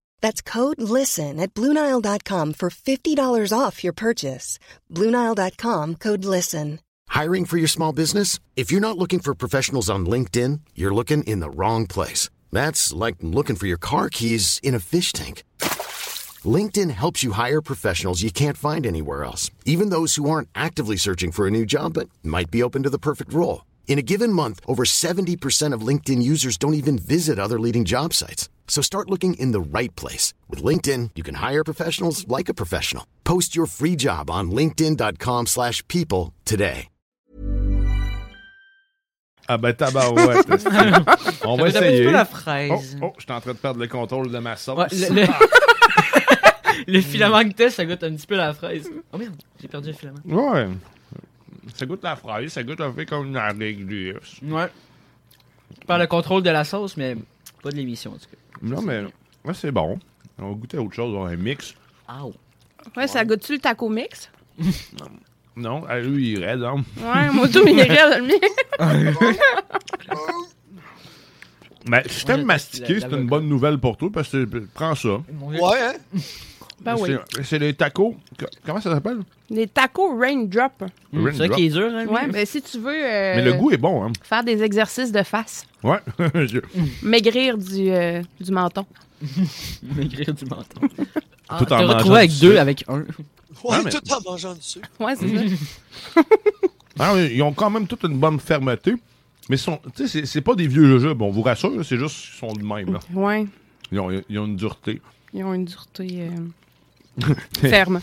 Speaker 5: That's code LISTEN at Bluenile.com for $50 off your purchase. Bluenile.com code LISTEN.
Speaker 6: Hiring for your small business? If you're not looking for professionals on LinkedIn, you're looking in the wrong place. That's like looking for your car keys in a fish tank. LinkedIn helps you hire professionals you can't find anywhere else, even those who aren't actively searching for a new job but might be open to the perfect role. In a given month, over 70% of LinkedIn users don't even visit other leading job sites. So start looking in the right place. With LinkedIn, you can hire professionals like a professional. Post your free job on linkedin.com/people slash people today.
Speaker 1: Ah ben tabarouette. esti. On va
Speaker 2: Ça me rappelle un petit peu
Speaker 1: essayer.
Speaker 2: la
Speaker 1: Oh,
Speaker 2: fraise.
Speaker 1: oh, je suis en train de perdre le contrôle de ma sauce.
Speaker 2: Ouais, le, le- le filament que t'as, ça goûte un petit peu la fraise. Oh merde, j'ai perdu le filament.
Speaker 1: Ouais. Ça goûte la fraise, ça goûte un peu comme la réglisse.
Speaker 2: Ouais. Tu parles le contrôle de la sauce, mais pas de l'émission en tout cas.
Speaker 1: Non, mais ouais, c'est bon. On va goûter à autre chose, on va un mix.
Speaker 2: Ow.
Speaker 3: Ouais, ça goûte-tu le taco mix?
Speaker 1: Non, à lui, il est raide, hein.
Speaker 3: Ouais, mon Dieu, mais il reste le mien.
Speaker 1: Mais Ben, si
Speaker 2: Moi,
Speaker 1: t'aimes
Speaker 2: j'ai-
Speaker 1: mastiquer,
Speaker 2: la-
Speaker 1: c'est
Speaker 2: l'avocat.
Speaker 1: une bonne nouvelle pour toi, parce que euh, prends ça.
Speaker 2: Mon Dieu.
Speaker 4: Ouais, hein?
Speaker 3: Ben oui.
Speaker 1: C'est- C'est les tacos. que- Comment ça s'appelle?
Speaker 3: Les tacos raindrop.
Speaker 2: Mm, C'est vrai
Speaker 1: Raindrop.
Speaker 2: qu'il est dur, hein, lui.
Speaker 3: Ouais, ben si tu veux euh,
Speaker 1: Mais le goût est bon, hein.
Speaker 3: faire des exercices de face,
Speaker 1: Ouais. Je-
Speaker 3: maigrir du, euh, du menton.
Speaker 2: Maigrir du menton. Ah,
Speaker 1: Tout en
Speaker 2: t'as
Speaker 1: mangeant
Speaker 2: retrouvé avec
Speaker 1: du
Speaker 2: deux,
Speaker 1: sucre.
Speaker 2: avec un.
Speaker 4: Ouais,
Speaker 1: Non, mais-
Speaker 4: tout en mangeant du sucre.
Speaker 3: Ouais, c'est
Speaker 1: Mhm.
Speaker 3: ça.
Speaker 1: Ah, mais ils ont quand même toute une bonne fermeté. Mais ils sont, tu sais, c'est- c'est pas des vieux jujubes, on vous rassure, c'est juste qu'ils sont de même. Là.
Speaker 3: Ouais,
Speaker 1: Ils, ont, ils ont une dureté.
Speaker 3: ils ont une dureté euh, ferme.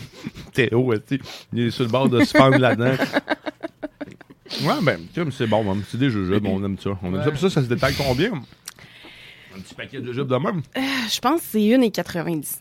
Speaker 1: Théo, tu sais, il est sur le bord de se fendre là-dedans. Ouais, ben, tu sais, mais c'est bon, hein. c'est des jujubes, on aime ça. On aime ça. Puis ça, ça se détaille combien? Un petit paquet de jujubes de même.
Speaker 3: Je pense que c'est 1,99.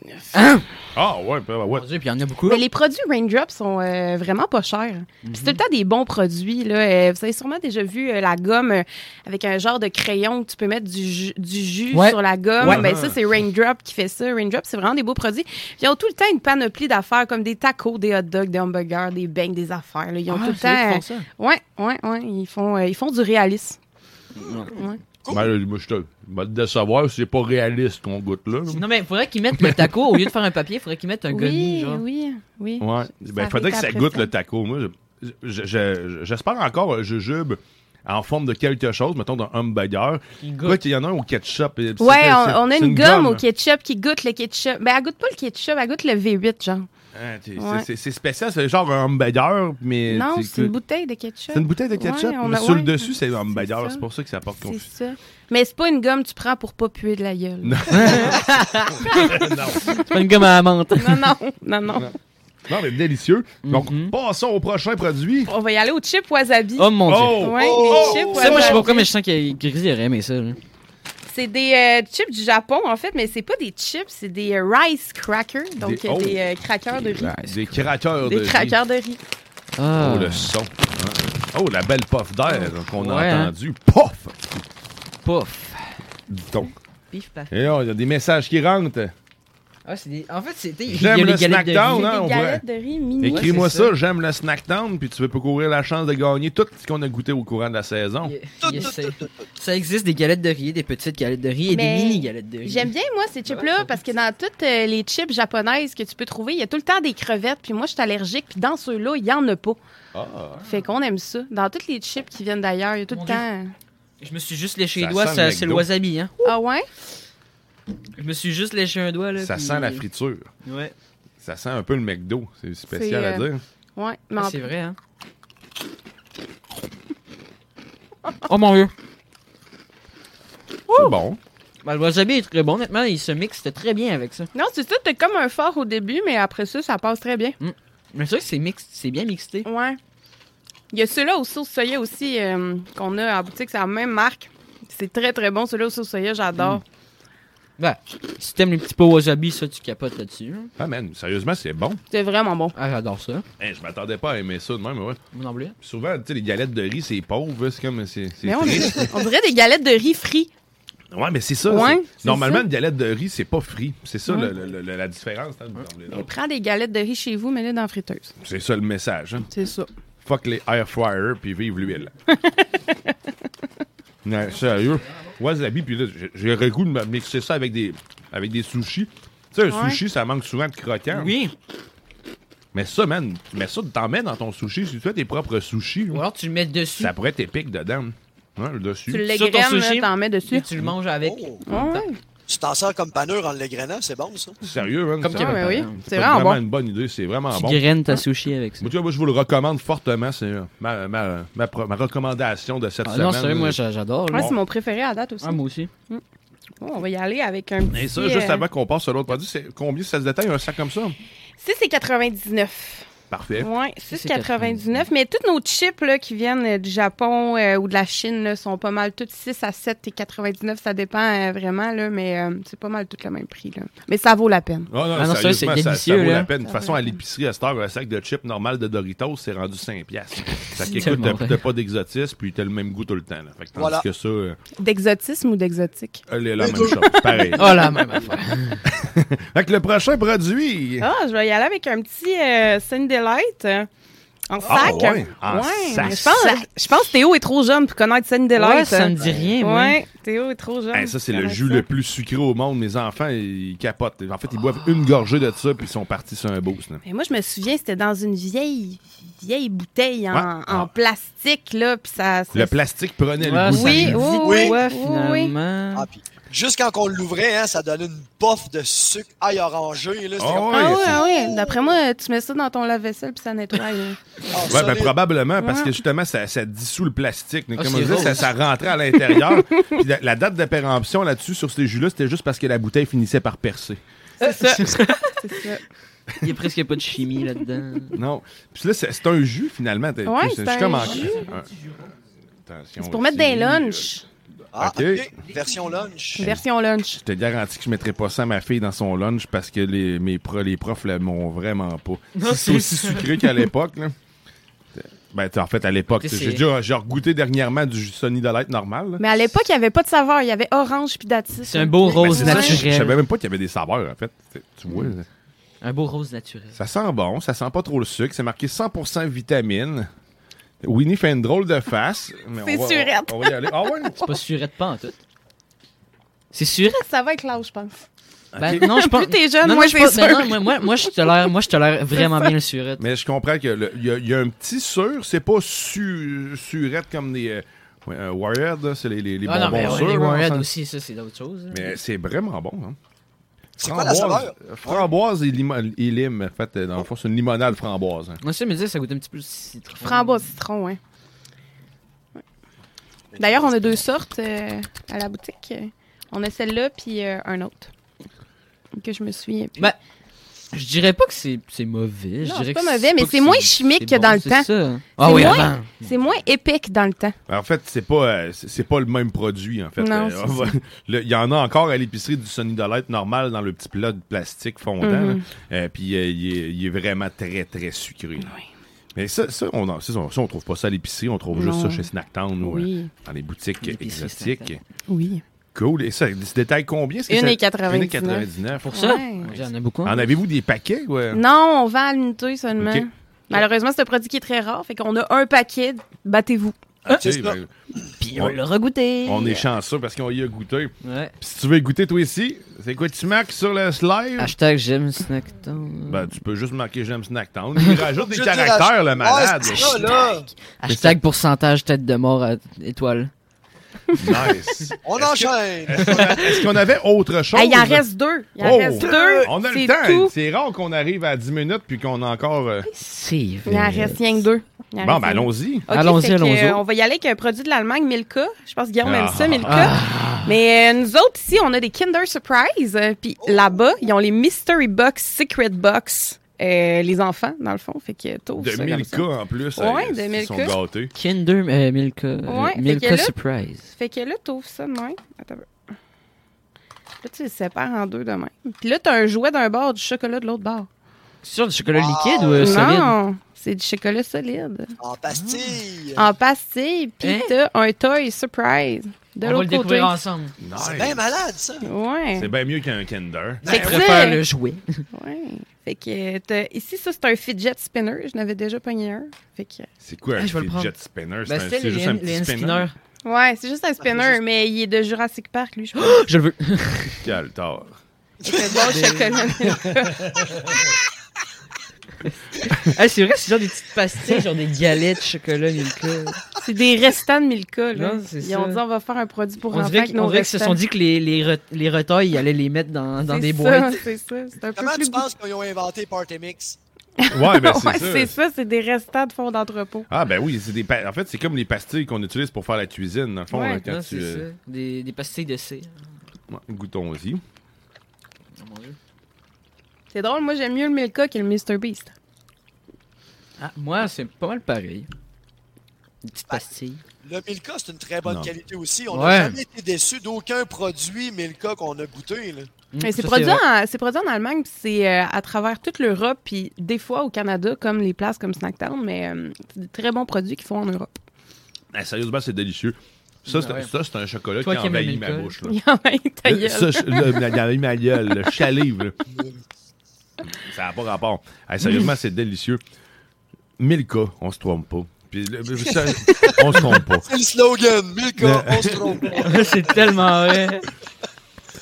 Speaker 1: Ah, ouais, ben, ouais.
Speaker 2: Mon Dieu, puis il y en a beaucoup.
Speaker 3: Mais les produits Raindrop sont euh, vraiment pas chers. Puis
Speaker 2: Mhm.
Speaker 3: c'est tout le temps des bons produits. Là. Euh, vous avez sûrement déjà vu euh, la gomme euh, avec un genre de crayon que tu peux mettre du, ju- du jus
Speaker 2: Ouais.
Speaker 3: sur la gomme.
Speaker 2: Ouais. Ah.
Speaker 3: Ben, ça, c'est Raindrop qui fait ça. Raindrop, c'est vraiment des beaux produits. Puis ils ont tout le temps une panoplie d'affaires comme des tacos, des hot dogs, des hamburgers, des bangs, des affaires. là. Ils ont
Speaker 2: Ah,
Speaker 3: tout le
Speaker 2: c'est eux qui
Speaker 3: temps.
Speaker 2: font ça.
Speaker 3: Ouais, ouais, ouais. Ils font, euh, ils font du réalisme.
Speaker 1: Ben, là, moi, je te je vais te décevoir, c'est pas réaliste qu'on goûte là. là.
Speaker 2: Non, mais faudrait qu'ils mettent le taco, au lieu de faire un papier, faudrait qu'ils mettent un goni,
Speaker 3: Oui,
Speaker 2: genre.
Speaker 3: oui, oui.
Speaker 1: Ouais. Ben, il faudrait que ça
Speaker 3: après
Speaker 1: goûte le taco. Moi, je- je- je- j'espère encore un jujube en forme de quelque chose, mettons d'un hamburger.
Speaker 2: Qui goûte.
Speaker 1: Quoi qu'il y en a un au ketchup. et- c'est-
Speaker 3: Ouais,
Speaker 1: c'est-
Speaker 3: on, on a
Speaker 1: c'est
Speaker 3: une, gomme, au
Speaker 1: hein.
Speaker 3: ketchup qui goûte le ketchup. Ben, elle goûte pas le ketchup, elle goûte le V8, genre.
Speaker 1: Ah, t'es-
Speaker 3: Ouais.
Speaker 1: c'est- c'est- C'est spécial, c'est genre un hamburger, mais.
Speaker 3: Non,
Speaker 1: t'sais,
Speaker 3: c'est une bouteille de ketchup.
Speaker 1: c'est une bouteille de ketchup.
Speaker 3: Ouais, on
Speaker 1: mais
Speaker 3: a-
Speaker 1: sur
Speaker 3: ouais,
Speaker 1: le dessus, c'est un
Speaker 3: c'est
Speaker 1: hamburger.
Speaker 3: ça.
Speaker 1: C'est pour ça que ça porte
Speaker 3: C'est
Speaker 1: confusion.
Speaker 3: ça. Mais c'est pas une gomme que tu prends pour pas puer de la gueule. Non,
Speaker 2: C'est pas une gomme à la menthe.
Speaker 3: non, non, non.
Speaker 1: Non, mais délicieux. Donc, passons au prochain produit.
Speaker 3: On va y aller au chip wasabi.
Speaker 2: Oh mon dieu.
Speaker 1: Oh!
Speaker 3: ouais,
Speaker 4: oh,
Speaker 3: les chips
Speaker 2: Ça, moi, je sais pas
Speaker 3: wasabi.
Speaker 2: pourquoi, mais je sens que Grizzly aurait aimé ça. là.
Speaker 3: C'est des euh, chips du Japon, en fait, mais c'est pas des chips, c'est des euh, rice crackers, donc
Speaker 1: Des-
Speaker 3: euh,
Speaker 1: oh.
Speaker 3: des euh, crackers de riz.
Speaker 1: Des craqueurs de.
Speaker 3: Des
Speaker 1: riz.
Speaker 3: crackers de riz.
Speaker 2: Ah.
Speaker 1: Oh, le son. hein. Oh, la belle puff d'air qu'on
Speaker 2: Ouais,
Speaker 1: a
Speaker 2: hein.
Speaker 1: entendu. Pof!
Speaker 2: Pouf.
Speaker 1: Donc,
Speaker 2: Pif, paf.
Speaker 1: et là, il y a des messages qui rentrent.
Speaker 2: Ah, c'est des... En fait, c'était.
Speaker 1: J'aime le Snackdown, hein,
Speaker 3: Des
Speaker 1: on
Speaker 3: galettes
Speaker 1: voit.
Speaker 3: de riz mini.
Speaker 2: Ouais,
Speaker 1: Écris-moi
Speaker 2: c'est ça.
Speaker 1: ça, j'aime le Snackdown, puis tu peux courir la chance de gagner tout ce qu'on a goûté au courant de la saison.
Speaker 4: Tout,
Speaker 2: Yes,
Speaker 4: tout,
Speaker 2: c'est-
Speaker 4: tout, tout, tout.
Speaker 2: Ça existe des galettes de riz, des petites galettes de riz et
Speaker 3: Mais
Speaker 2: des mini galettes de riz.
Speaker 3: J'aime bien, moi, ces chips-là, parce que dans toutes euh, les chips japonaises que tu peux trouver, il y a tout le temps des crevettes, puis moi, je suis allergique, puis dans ceux-là, il y en a pas.
Speaker 1: Ah.
Speaker 3: Fait qu'on aime ça. Dans toutes les chips qui viennent d'ailleurs, il y a tout le
Speaker 2: Mon
Speaker 3: temps.
Speaker 2: Je me suis juste léché
Speaker 1: Ça
Speaker 2: les doigts,
Speaker 1: sent le
Speaker 2: ça- c'est le
Speaker 1: McDo.
Speaker 2: wasabi, hein.
Speaker 3: Ah ouais?
Speaker 2: Je me suis juste léché un doigt, là.
Speaker 1: Ça
Speaker 2: puis-
Speaker 1: sent la friture.
Speaker 2: Ouais.
Speaker 1: Ça sent un peu le McDo. C'est spécial
Speaker 3: C'est,
Speaker 1: à
Speaker 3: euh,
Speaker 1: dire.
Speaker 3: Ouais. Mais
Speaker 2: Ah,
Speaker 3: en-
Speaker 2: c'est vrai, hein. oh mon dieu.
Speaker 1: C'est bon.
Speaker 2: Ben, le wasabi est très bon, honnêtement, il se mixe très bien avec ça.
Speaker 3: Non, c'est ça, t'es comme un fort au début, mais après ça, ça passe très bien.
Speaker 2: Mais c'est vrai que c'est mix- c'est bien mixé.
Speaker 3: Ouais. Il y a ceux-là au sauce soya aussi euh, qu'on a en boutique, c'est la même marque. C'est très très bon, celui-là au sauce soya,
Speaker 1: Mm.
Speaker 3: j'adore.
Speaker 2: Ben, si t'aimes les petits pots wasabi, ça, tu capotes là-dessus. là.
Speaker 1: Ah, man, sérieusement, c'est bon.
Speaker 3: C'est vraiment bon.
Speaker 2: Ah, j'adore ça.
Speaker 1: Hey, je m'attendais pas à aimer ça de même, ouais.
Speaker 2: Mon emblée.
Speaker 1: Puis souvent, tu sais, les galettes de riz, c'est pauvre. là. C'est comme. C'est, c'est
Speaker 3: Mais on,
Speaker 1: triste.
Speaker 3: on dirait des galettes de riz frites.
Speaker 1: Ouais, mais c'est ça.
Speaker 3: Ouais,
Speaker 1: c'est-
Speaker 3: c'est
Speaker 1: Normalement,
Speaker 3: ça.
Speaker 1: une galette de riz, c'est pas frit. C'est ça le- le- le- la différence. hein, dans les-
Speaker 3: Mais prends des galettes de riz chez vous, mets-les dans la friteuse.
Speaker 1: C'est ça le message. hein.
Speaker 3: C'est ça.
Speaker 1: Fuck les air fryers, puis vive l'huile. non, sérieux. Wasabi, puis là, j'ai- j'ai le goût de me mixer ça avec des, avec des sushis. Tu sais, un
Speaker 3: Ouais.
Speaker 1: sushi, ça manque souvent de croquant.
Speaker 2: Oui.
Speaker 1: Mais ça, man, mais ça, t'en mets dans ton sushi. Si tu fais tes propres sushis,
Speaker 2: Ou alors tu le mets dessus.
Speaker 1: ça pourrait être épique dedans. Hein, le
Speaker 3: Tu
Speaker 1: dessus.
Speaker 2: Sur ton
Speaker 3: l'égrenes,
Speaker 2: sushi.
Speaker 3: là, t'en mets
Speaker 2: Puis
Speaker 3: dessus.
Speaker 2: tu le manges avec.
Speaker 4: Oh.
Speaker 2: en même temps.
Speaker 3: Ouais.
Speaker 4: Tu t'en sers comme panure en l'égrenant, c'est bon, ça.
Speaker 1: Sérieux, man.
Speaker 2: Comme
Speaker 1: ça,
Speaker 2: Kevin
Speaker 3: Ah,
Speaker 1: man,
Speaker 3: ben oui,
Speaker 2: Parent.
Speaker 3: c'est
Speaker 1: c'est
Speaker 3: vraiment bon.
Speaker 1: une bonne idée. C'est vraiment
Speaker 2: Tu
Speaker 1: Ah, bon. Hein?
Speaker 2: graines ta sushi avec ça.
Speaker 1: Moi, tu vois, moi, je vous le recommande fortement. C'est euh, ma, ma, ma pro- ma recommandation de cette
Speaker 2: Ah,
Speaker 1: semaine. euh,
Speaker 2: non, sérieux, moi j'a- j'adore. là.
Speaker 3: Ouais, c'est mon préféré à date aussi.
Speaker 2: Ah, moi aussi.
Speaker 3: Oh, on va y aller avec un petit.
Speaker 1: Et ça, juste
Speaker 3: euh,
Speaker 1: avant qu'on passe sur l'autre produit, c'est combien ça se détaille un sac comme ça? Ah,
Speaker 3: 6,99.
Speaker 1: Parfait.
Speaker 3: Oui,
Speaker 2: $6,99.
Speaker 3: 6,99. Mais tous nos chips là, qui viennent euh, du Japon euh, ou de la Chine là, sont pas mal toutes 6 à 7,99. Ça dépend euh, vraiment, là, mais euh, c'est pas mal tout le même prix. Là. Mais ça vaut la peine.
Speaker 1: Ah non,
Speaker 2: Ah non, ça,
Speaker 1: sérieusement,
Speaker 2: c'est
Speaker 1: ça, ça
Speaker 2: délicieux, hein. Ah
Speaker 1: vaut la
Speaker 2: là.
Speaker 1: peine. De toute façon, à l'épicerie, à cette heure, un sac de chips normal de Doritos, c'est rendu 5 piastres. Fait
Speaker 2: C'est
Speaker 1: que, écoute,
Speaker 2: tellement
Speaker 1: t'as-
Speaker 2: vrai.
Speaker 1: t'as pas d'exotisme, puis t'as le même goût tout le temps. là. Fait que tandis
Speaker 4: Voilà.
Speaker 1: que ça, euh,
Speaker 3: D'exotisme ou d'exotique?
Speaker 1: elle est la
Speaker 4: Les
Speaker 1: même
Speaker 4: deux.
Speaker 1: chose. Pareil.
Speaker 2: Oh la même affaire.
Speaker 1: Fait que le prochain produit...
Speaker 3: Ah, je vais y aller avec un petit euh, Sunny Delight euh, en
Speaker 1: Ah,
Speaker 3: sac.
Speaker 1: ouais, en
Speaker 3: Ouais,
Speaker 1: sac.
Speaker 3: mais Je, pense, je pense que Théo est trop jeune pour connaître Sunny Delight.
Speaker 2: Ouais, ça
Speaker 3: hein.
Speaker 2: me dit rien, moi.
Speaker 3: Ouais, Théo est trop jeune.
Speaker 1: Hey, ça, c'est
Speaker 3: pour
Speaker 1: le
Speaker 3: connaître
Speaker 1: jus
Speaker 3: ça.
Speaker 1: le plus sucré au monde. Mes enfants, ils capotent. En fait, ils boivent une gorgée de ça, puis ils sont partis sur un boost. là.
Speaker 3: Mais moi, je me souviens, c'était dans une vieille, vieille bouteille en,
Speaker 1: Ouais.
Speaker 3: en
Speaker 1: Ah.
Speaker 3: plastique, là, puis ça... ça-
Speaker 1: Le plastique prenait le
Speaker 2: Ah,
Speaker 1: goût
Speaker 2: ça
Speaker 1: de la
Speaker 2: me dit
Speaker 3: oui,
Speaker 1: vie.
Speaker 3: oui,
Speaker 2: de
Speaker 4: oui,
Speaker 2: quoi,
Speaker 3: oui,
Speaker 2: finalement?
Speaker 4: Ah, puis, juste quand on l'ouvrait, hein, ça donnait une bof de sucre ail orangé. Là, c'était
Speaker 1: Ah
Speaker 4: comme-
Speaker 1: ouais,
Speaker 3: ah ouais,
Speaker 1: c'est-
Speaker 3: ah ouais. D'après moi, tu mets ça dans ton lave-vaisselle, puis ça nettoie. là.
Speaker 4: Ah,
Speaker 1: Ouais, ben,
Speaker 4: solide.
Speaker 1: probablement, parce
Speaker 3: Ouais.
Speaker 1: que justement, ça, ça dissout le plastique. Mais
Speaker 2: Ah,
Speaker 1: comme
Speaker 2: c'est
Speaker 1: on disait,
Speaker 2: rose.
Speaker 1: ça, ça rentrait à l'intérieur. Puis la, la date de péremption là-dessus, sur ces jus-là, c'était juste parce que la bouteille finissait par percer.
Speaker 3: C'est ça.
Speaker 2: Il n'y a presque pas de chimie là-dedans.
Speaker 1: Non. Puis là, c'est c'est un jus, finalement. T'es-
Speaker 3: Ouais,
Speaker 1: t'es-
Speaker 3: c'est
Speaker 1: je suis
Speaker 3: un
Speaker 1: comme en-
Speaker 3: jus.
Speaker 1: un- Attention, euh,
Speaker 3: C'est pour mettre des
Speaker 1: ici.
Speaker 3: lunchs.
Speaker 4: Ah,
Speaker 1: Ok. Ah,
Speaker 4: ok. Version lunch.
Speaker 3: Version lunch.
Speaker 1: Je te garantis que je mettrais pas ça à ma fille dans son lunch parce que les, mes pro- les profs l'aiment vraiment pas.
Speaker 2: Non,
Speaker 1: c'est
Speaker 2: c'est
Speaker 1: aussi sucré qu'à l'époque. là. Ben, t'sais, en fait, à l'époque,
Speaker 2: C'est-
Speaker 1: j'ai déjà j'ai regoûté dernièrement du jus Sony de l'être normal. là.
Speaker 3: Mais à l'époque, il n'y avait pas de saveur. Il y avait orange puis datis.
Speaker 2: C'est un beau rose
Speaker 1: Ben, C'est ça, je- Je savais
Speaker 2: naturel.
Speaker 1: même pas qu'il y avait des saveurs, en fait. C'est- Tu vois, là.
Speaker 2: Un beau rose naturel.
Speaker 1: ça sent bon, ça sent pas trop le sucre. C'est marqué 100% vitamine. Winnie fait une drôle de face. mais on
Speaker 3: C'est
Speaker 1: va- on-
Speaker 3: surette.
Speaker 1: On, va y aller. Ah ouais?
Speaker 2: C'est pas surette pas en tout. C'est surette?
Speaker 3: Ça va être l'âge, je pense.
Speaker 2: Ben, non, je pense.
Speaker 3: Plus t'es jeune,
Speaker 2: non, non,
Speaker 3: moins
Speaker 2: je pense-
Speaker 3: c'est
Speaker 2: ben
Speaker 3: sûr.
Speaker 2: non, moi, moi, moi, je tolère, moi, je tolère vraiment bien le surette.
Speaker 1: Mais je comprends qu'il y, a- y a un petit sur, c'est pas su, surette comme des euh, ouais, euh, Wired, là, c'est les, les, les
Speaker 2: ah non,
Speaker 1: bonbons
Speaker 2: mais ouais,
Speaker 1: sûrs,
Speaker 2: les
Speaker 1: là,
Speaker 2: Warheads
Speaker 1: on s'en-
Speaker 2: aussi, ça, c'est d'autres choses. hein. là.
Speaker 1: Mais c'est vraiment bon. Hein.
Speaker 4: C'est quoi la saveur?
Speaker 1: Framboise et, limo- et lime. En fait, euh, dans le fond, c'est une limonade framboise. hein.
Speaker 2: Moi, ça me disait que ça goûtait un petit peu le citron.
Speaker 1: Mm.
Speaker 3: Framboise citron, hein. Ouais. D'ailleurs, on a deux sortes euh, à la boutique. On a celle-là puis euh, un autre que je me souviens plus.
Speaker 2: Ben, je dirais pas que c'est c'est mauvais. je
Speaker 3: Non,
Speaker 2: dirais
Speaker 3: c'est
Speaker 2: que
Speaker 3: pas mauvais, mais
Speaker 2: pas
Speaker 3: c'est
Speaker 2: que
Speaker 3: moins chimique
Speaker 2: c'est
Speaker 3: que dans le
Speaker 2: c'est
Speaker 3: temps.
Speaker 2: ça. Ah oui,
Speaker 3: moins-
Speaker 2: avant.
Speaker 3: C'est moins épais que dans le temps.
Speaker 1: En fait, c'est pas euh, c'est c'est pas le même produit en fait.
Speaker 3: Non,
Speaker 1: Euh,
Speaker 3: c'est
Speaker 1: on va- le- Il y en a encore à l'épicerie du Sony Dolite normal dans le petit plat de plastique fondant. là.
Speaker 3: Mhm.
Speaker 1: Euh, puis euh, il est- il est, vraiment très très sucré.
Speaker 3: Ah
Speaker 1: là. Mais ça, ça, on, en- ça, on- ça, on trouve pas ça à l'épicerie, on trouve juste
Speaker 3: Non.
Speaker 1: ça chez Snacktown ou
Speaker 3: Oui.
Speaker 1: euh, dans les boutiques
Speaker 2: L'épicerie
Speaker 1: exotiques.
Speaker 2: Snacktown.
Speaker 3: Oui.
Speaker 1: Cool. Et ça, se détaille combien? Est-ce que
Speaker 3: 1,99.
Speaker 1: 1,99.
Speaker 2: Pour ça,
Speaker 3: Ouais.
Speaker 2: j'en ai beaucoup. hein.
Speaker 1: En avez-vous des paquets? Ouais?
Speaker 3: Non, on vend à l'unité seulement.
Speaker 1: Euh, Ok.
Speaker 3: Malheureusement, c'est un produit qui est très rare. Fait qu'on a un paquet. Battez-vous.
Speaker 1: Ok,
Speaker 4: c'est ça.
Speaker 1: ben,
Speaker 2: Puis on l'a regoûté.
Speaker 1: on est chanceux parce qu'on y a goûté.
Speaker 2: Ouais.
Speaker 1: Puis si tu veux goûter toi ici, c'est quoi tu marques sur le slide?
Speaker 2: Hashtag j'aime Snacktown.
Speaker 1: Ben, tu peux juste marquer J'aime Snacktown. Il rajoute des
Speaker 4: Je veux dire,
Speaker 1: caractères,
Speaker 4: ouais,
Speaker 1: le malade.
Speaker 4: c'est ça, là.
Speaker 2: Hashtag pourcentage tête de mort à étoile.
Speaker 1: nice.
Speaker 4: On enchaîne.
Speaker 1: Hein? Est-ce qu'on avait autre chose?
Speaker 3: Hey, il en reste deux. Il en
Speaker 1: Oh!
Speaker 3: reste deux.
Speaker 1: On a le
Speaker 3: C'est
Speaker 1: temps.
Speaker 3: tout.
Speaker 1: C'est rare qu'on arrive à 10 minutes puis qu'on a encore. euh,
Speaker 2: C'est
Speaker 3: Il en reste rien que deux. Il en
Speaker 1: Bon,
Speaker 3: reste
Speaker 1: ben,
Speaker 3: rien que
Speaker 1: allons-y.
Speaker 3: OK,
Speaker 2: Allons-y,
Speaker 3: fait que,
Speaker 2: allons-y.
Speaker 3: euh, on va y aller avec un produit de l'Allemagne, Milka. Je pense que Guillaume aime
Speaker 1: Ah.
Speaker 3: ça, Milka. Mais euh, nous autres, ici, on a des Kinder Surprise. euh, Puis là-bas, ils ont les Mystery Box, Secret Box. euh, les enfants, dans le fond. Fait que t'ouvres
Speaker 1: De
Speaker 3: ça comme ça.
Speaker 1: Milka en plus.
Speaker 3: Ouais,
Speaker 1: euh,
Speaker 3: de
Speaker 1: ils sont
Speaker 3: Milka.
Speaker 1: gâtés.
Speaker 2: Kinder euh, Milka, euh,
Speaker 3: Ouais, fait que
Speaker 2: Milka
Speaker 3: là-
Speaker 2: Surprise.
Speaker 3: Fait que là, t'ouvres ça de même. Attends. un peu. Là, tu les sépares en deux de même. Puis là, t'as un jouet d'un bord, du chocolat de l'autre bord.
Speaker 2: C'est sûr du chocolat liquide ou euh, solide?
Speaker 3: non, c'est du chocolat solide.
Speaker 4: en pastille.
Speaker 3: En pastille, puis
Speaker 2: Hein?
Speaker 3: t'as un toy surprise
Speaker 2: On va
Speaker 3: de
Speaker 2: le
Speaker 3: l'autre côté.
Speaker 2: découvrir ensemble.
Speaker 4: C'est bien
Speaker 1: Nice.
Speaker 4: malade, ça. Ben,
Speaker 3: Ouais.
Speaker 1: Ah. C'est bien mieux qu'un Kinder.
Speaker 2: Je
Speaker 3: Fait que
Speaker 2: préfère
Speaker 3: ça-
Speaker 2: le jouet.
Speaker 3: Ouais. Fait que euh, t'as- ici, ça, c'est un fidget spinner. Je n'avais déjà pogné un. Fait que...
Speaker 1: C'est quoi un
Speaker 2: Ah, je vais le
Speaker 1: fidget
Speaker 2: prendre.
Speaker 1: spinner?
Speaker 2: Ben,
Speaker 1: un-
Speaker 2: c'était les,
Speaker 1: juste un
Speaker 2: les
Speaker 1: petit
Speaker 2: hand
Speaker 1: spinner.
Speaker 2: spinner.
Speaker 3: Ouais, c'est
Speaker 2: Ah,
Speaker 3: juste un spinner,
Speaker 4: juste-
Speaker 3: mais il est de Jurassic Park, lui, je pense.
Speaker 2: Je le veux.
Speaker 1: Quel tort.
Speaker 3: C'est bon, chocolat.
Speaker 2: Ah, c'est vrai, c'est genre des petites pastilles, genre des galettes de chocolat Milka.
Speaker 3: c'est des restants de Milka, là.
Speaker 2: Non, c'est
Speaker 3: Ils
Speaker 2: ça.
Speaker 3: ont dit, on va faire un produit pour
Speaker 2: On
Speaker 3: enfants
Speaker 2: dirait
Speaker 3: avec
Speaker 2: qu'ils
Speaker 3: nos
Speaker 2: on dirait qu'ils se
Speaker 3: restants.
Speaker 2: sont dit que les, les, re- les retails, ils allaient les mettre dans, dans
Speaker 3: C'est
Speaker 2: des
Speaker 3: ça,
Speaker 2: boîtes.
Speaker 3: C'est ça, c'est un peu
Speaker 4: Comment
Speaker 3: plus
Speaker 4: tu penses qu'ils ont inventé Party Mix?
Speaker 1: Ouais, ben,
Speaker 3: Ouais,
Speaker 1: c'est
Speaker 3: c'est
Speaker 1: ça.
Speaker 3: ça, c'est des restants de fonds d'entrepôt.
Speaker 1: Ah, ben oui, c'est des. pa- En fait,
Speaker 2: euh,
Speaker 1: c'est comme les pastilles qu'on utilise pour faire la cuisine, dans le fond,
Speaker 3: Ouais, ben,
Speaker 1: hein, quand
Speaker 2: Non,
Speaker 1: tu.
Speaker 2: c'est
Speaker 1: euh,
Speaker 2: ça. Des, des pastilles de C.
Speaker 1: Ouais, Goûtons-y.
Speaker 2: Oh mon dieu.
Speaker 3: C'est drôle, moi j'aime mieux le Milka que le Mr. Beast.
Speaker 2: Ah, moi, c'est pas mal pareil. Une petite pastille.
Speaker 4: Le Milka, c'est une très bonne
Speaker 1: Non.
Speaker 4: qualité aussi. On n'a
Speaker 2: Ouais.
Speaker 4: jamais été déçus d'aucun produit Milka qu'on a goûté. Là.
Speaker 3: Mais c'est
Speaker 2: Mm, Ça,
Speaker 3: produit,
Speaker 2: vrai.
Speaker 3: en- c'est produit en Allemagne, puis c'est euh, à travers toute l'Europe, puis des fois au Canada, comme les places comme Snacktown, mais euh, c'est des très bons produits qu'ils font en Europe.
Speaker 1: Eh, sérieusement, c'est délicieux. Ça, c'est
Speaker 2: Ouais.
Speaker 1: ça, c'est un chocolat
Speaker 2: Toi
Speaker 1: qui
Speaker 2: qui aimes le
Speaker 1: envahit ma
Speaker 2: Milka.
Speaker 1: bouche. Là.
Speaker 3: Il y en a une
Speaker 1: Le-
Speaker 3: tailleuse.
Speaker 1: ça, je- le- la- la- ma gueule, le chalive. là. Ça n'a pas rapport. Hey, sérieusement, c'est délicieux. Milka, on se trompe pas. Puis, le- le- ça- on se trompe pas.
Speaker 4: C'est le slogan, Milka,
Speaker 1: Mais-
Speaker 4: on se trompe pas.
Speaker 2: c'est tellement vrai.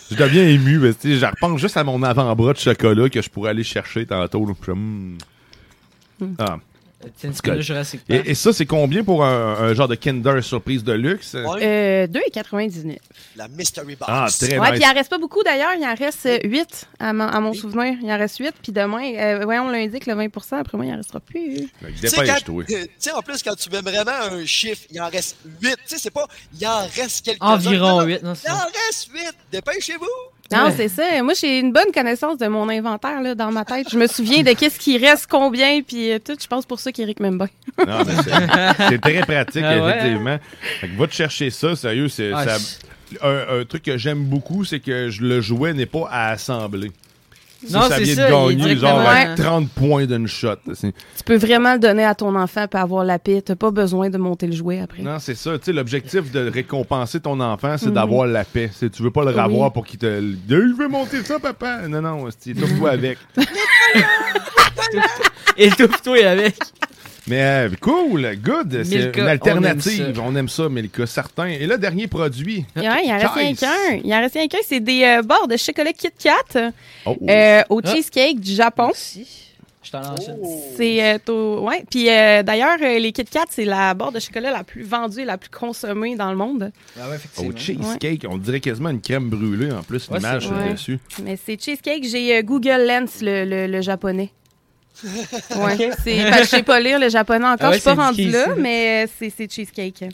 Speaker 1: Je deviens ému. parce que, tu sais, Je repense juste à mon avant-bras de chocolat que je pourrais aller chercher tantôt. là, puis je- hmm. Ah.
Speaker 2: C'est une
Speaker 1: cas,
Speaker 2: petite Jurassic Park.
Speaker 1: Et, et ça, c'est combien pour un, un genre de Kinder surprise de luxe?
Speaker 4: Ouais,
Speaker 3: Euh, 2,99.
Speaker 4: La Mystery Box.
Speaker 1: Ah, très nice.
Speaker 3: Ouais, puis il en reste pas beaucoup d'ailleurs, il en reste 8 à, mon- à mon souvenir. Il en reste 8, puis demain, euh, voyons, lundi, que le 20 après moi, il en restera plus. hein.
Speaker 1: Fait que
Speaker 4: Tu sais, quand- euh,
Speaker 1: Dépêche-toi.
Speaker 4: tu sais, en plus, quand tu mets vraiment un chiffre, il en reste 8. Tu sais, c'est pas il en reste quelques
Speaker 2: Environ 8. Non, c'est
Speaker 4: Il en reste 8. Dépêchez-vous.
Speaker 1: Oh.
Speaker 3: Non,
Speaker 2: Ouais.
Speaker 3: c'est ça. Moi, j'ai une bonne connaissance de mon inventaire là, dans ma tête. Je me souviens de qu'est-ce qui reste, combien, puis euh, tout. Je pense pour ça qu'Éric m'aime bien.
Speaker 1: Non, mais c'est- c'est très pratique,
Speaker 2: Ah ouais,
Speaker 1: effectivement. Fait que va te chercher ça, sérieux. c'est
Speaker 2: Ah,
Speaker 1: ça-
Speaker 2: c'est-
Speaker 1: un, un truc que j'aime beaucoup, c'est que je- le jouet n'est pas à assembler.
Speaker 2: Non,
Speaker 1: ça
Speaker 2: c'est
Speaker 1: vient
Speaker 2: ça,
Speaker 1: de
Speaker 2: il est
Speaker 1: gagner genre
Speaker 2: directement-
Speaker 1: 30 points d'une shot. C'est-
Speaker 3: Tu peux vraiment le donner à ton enfant pour avoir la paix. T'as pas besoin de monter le jouet après.
Speaker 1: Non, c'est ça. Tu sais, l'objectif de récompenser ton enfant, c'est d'avoir la paix. Tu sais, tu veux pas le ravoir pour qu'il te. le- Hey, Je veux monter ça, papa. Non, non, c'est- trouve-toi avec.
Speaker 2: Étouffe-toi avec.
Speaker 1: Mais euh, cool, good. C'est
Speaker 2: Milka,
Speaker 1: une
Speaker 2: on
Speaker 1: alternative.
Speaker 2: aime ça.
Speaker 1: On aime ça, mais le cas certain. Et le dernier produit.
Speaker 3: Ouais, il en reste rien
Speaker 1: Nice.
Speaker 3: qu'un. Il en reste rien qu'un. C'est des euh, barres de chocolat Kit Kat
Speaker 1: Oh.
Speaker 3: euh, au
Speaker 2: Ah.
Speaker 3: cheesecake du Japon.
Speaker 2: Si. Je t'en lance une.
Speaker 3: C'est euh, au- ouais. Puis euh, d'ailleurs, euh, les Kit Kat, c'est la barre de chocolat la plus vendue et la plus consommée dans le monde.
Speaker 2: Ah ouais,
Speaker 1: Au
Speaker 2: effectivement.
Speaker 1: cheesecake, on dirait quasiment une crème brûlée en plus,
Speaker 2: Ouais,
Speaker 1: l'image
Speaker 2: c'est-
Speaker 1: sur le
Speaker 3: ouais.
Speaker 1: dessus.
Speaker 3: Mais c'est cheesecake. J'ai euh, Google Lens, le, le- le japonais. Ouais, c'est parce que je sais pas lire le japonais encore,
Speaker 2: Ah ouais,
Speaker 3: je suis pas
Speaker 2: c'est
Speaker 3: rendue
Speaker 2: indiqué
Speaker 3: là,
Speaker 2: ici.
Speaker 3: mais euh, c'est c'est cheesecake.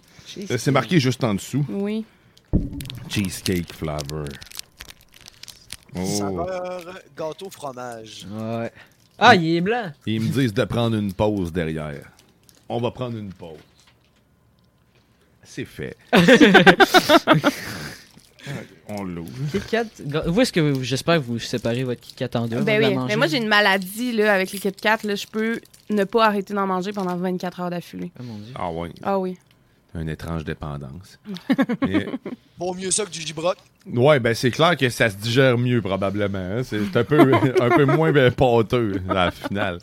Speaker 1: Euh, C'est marqué juste en dessous.
Speaker 3: Oui.
Speaker 1: Cheesecake flavor. Oh.
Speaker 4: Saveur gâteau fromage.
Speaker 2: Ouais. Ah, il est blanc.
Speaker 1: Ils me disent de prendre une pause derrière. On va prendre une pause. C'est fait. on l'ouvre.
Speaker 2: Kit Kat. ga- Vous, est-ce que vous- j'espère que vous séparez votre Kit Kat en deux?
Speaker 3: Ben
Speaker 2: avant de la
Speaker 3: oui, mais
Speaker 2: manger?
Speaker 3: moi j'ai une maladie là, avec les Kit Kat, là, je peux ne pas arrêter d'en manger pendant 24 heures d'affilée.
Speaker 2: Ah, mon Dieu.
Speaker 1: Ah ouais,
Speaker 3: Ah oui.
Speaker 1: une étrange dépendance. Mais-
Speaker 4: Vaut mieux ça que du gibroc.
Speaker 1: ouais, ben c'est clair que ça se digère mieux probablement. hein. C'est un peu, un peu moins ben, pâteux à la finale.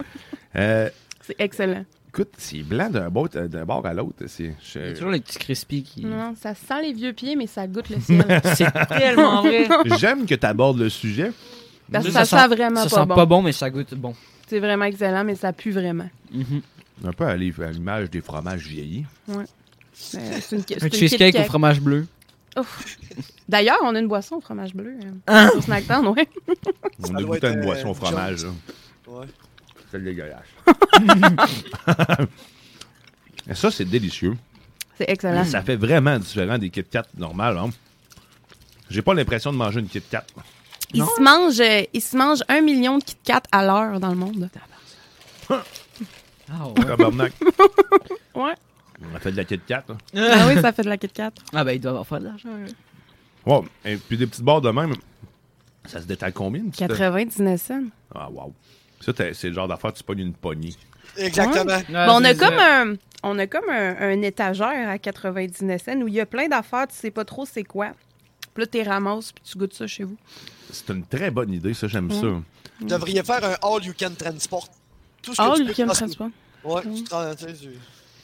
Speaker 1: Euh,
Speaker 3: C'est excellent.
Speaker 1: Écoute, c'est blanc d'un bord, d'un bord à l'autre. C'est je-
Speaker 2: Il y a toujours les petits crispy qui.
Speaker 3: Non, ça sent les vieux pieds, mais ça goûte le ciel.
Speaker 2: C'est tellement vrai.
Speaker 1: J'aime que tu abordes le sujet.
Speaker 3: Parce que
Speaker 2: Ça
Speaker 3: ça,
Speaker 2: sent-
Speaker 3: sent vraiment
Speaker 2: ça
Speaker 3: pas
Speaker 2: sent
Speaker 3: bon.
Speaker 2: pas bon, mais ça goûte bon.
Speaker 3: C'est vraiment excellent, mais ça pue vraiment.
Speaker 1: Un peu à l'if- à l'image des fromages vieillis.
Speaker 3: Euh, c'est une, c'est
Speaker 2: Un
Speaker 3: une
Speaker 2: cheesecake
Speaker 3: Kit
Speaker 2: au
Speaker 3: Kat.
Speaker 2: fromage bleu.
Speaker 3: D'ailleurs, on a une boisson au fromage bleu. euh,
Speaker 2: Ah!
Speaker 3: Au Snacktown, ouais.
Speaker 1: On
Speaker 4: Ça
Speaker 1: a
Speaker 4: doit
Speaker 1: goûté à une
Speaker 4: être,
Speaker 1: boisson
Speaker 4: euh,
Speaker 1: au fromage. là.
Speaker 4: Ouais.
Speaker 1: C'est dégueulasse. Et ça, c'est délicieux.
Speaker 3: C'est excellent.
Speaker 1: Ça fait vraiment différent des Kit Kat normales. hein. J'ai pas l'impression de manger une Kit Kat.
Speaker 3: Ils se mangent, euh, ils se mangent un million de Kit Kat à l'heure dans le monde.
Speaker 2: Ah ouais.
Speaker 1: Tabarnak.
Speaker 3: Ouais.
Speaker 1: On a fait de la Kit Kat. hein.
Speaker 3: Ah oui, ça fait de la Kit Kat.
Speaker 2: Ah ben, ils doivent avoir fait de l'argent. eux.
Speaker 1: Wow. Et puis des petites barres de même. Ça se détale combien? une petite-
Speaker 3: 99 cents.
Speaker 1: Ah, wow. Ça, t'as- c'est le genre d'affaire, tu pognes une poignée.
Speaker 4: Exactement.
Speaker 3: Bon, on
Speaker 2: Ouais,
Speaker 3: a
Speaker 2: c'est-
Speaker 3: comme un, on a comme un, un étagère à 99 cents où il y a plein d'affaires, tu sais pas trop c'est quoi. Puis là, t'es ramasses, puis tu goûtes ça chez vous.
Speaker 1: C'est une très bonne idée, ça, j'aime
Speaker 2: Mm.
Speaker 1: ça.
Speaker 4: Vous devriez faire un All You Can Transport. Tout ce que
Speaker 3: Oh,
Speaker 4: tu
Speaker 3: lui
Speaker 4: peux
Speaker 3: qui aime
Speaker 4: transporter.
Speaker 3: ça, c'est pas.
Speaker 4: Ouais, tu trans- tu sais, tu-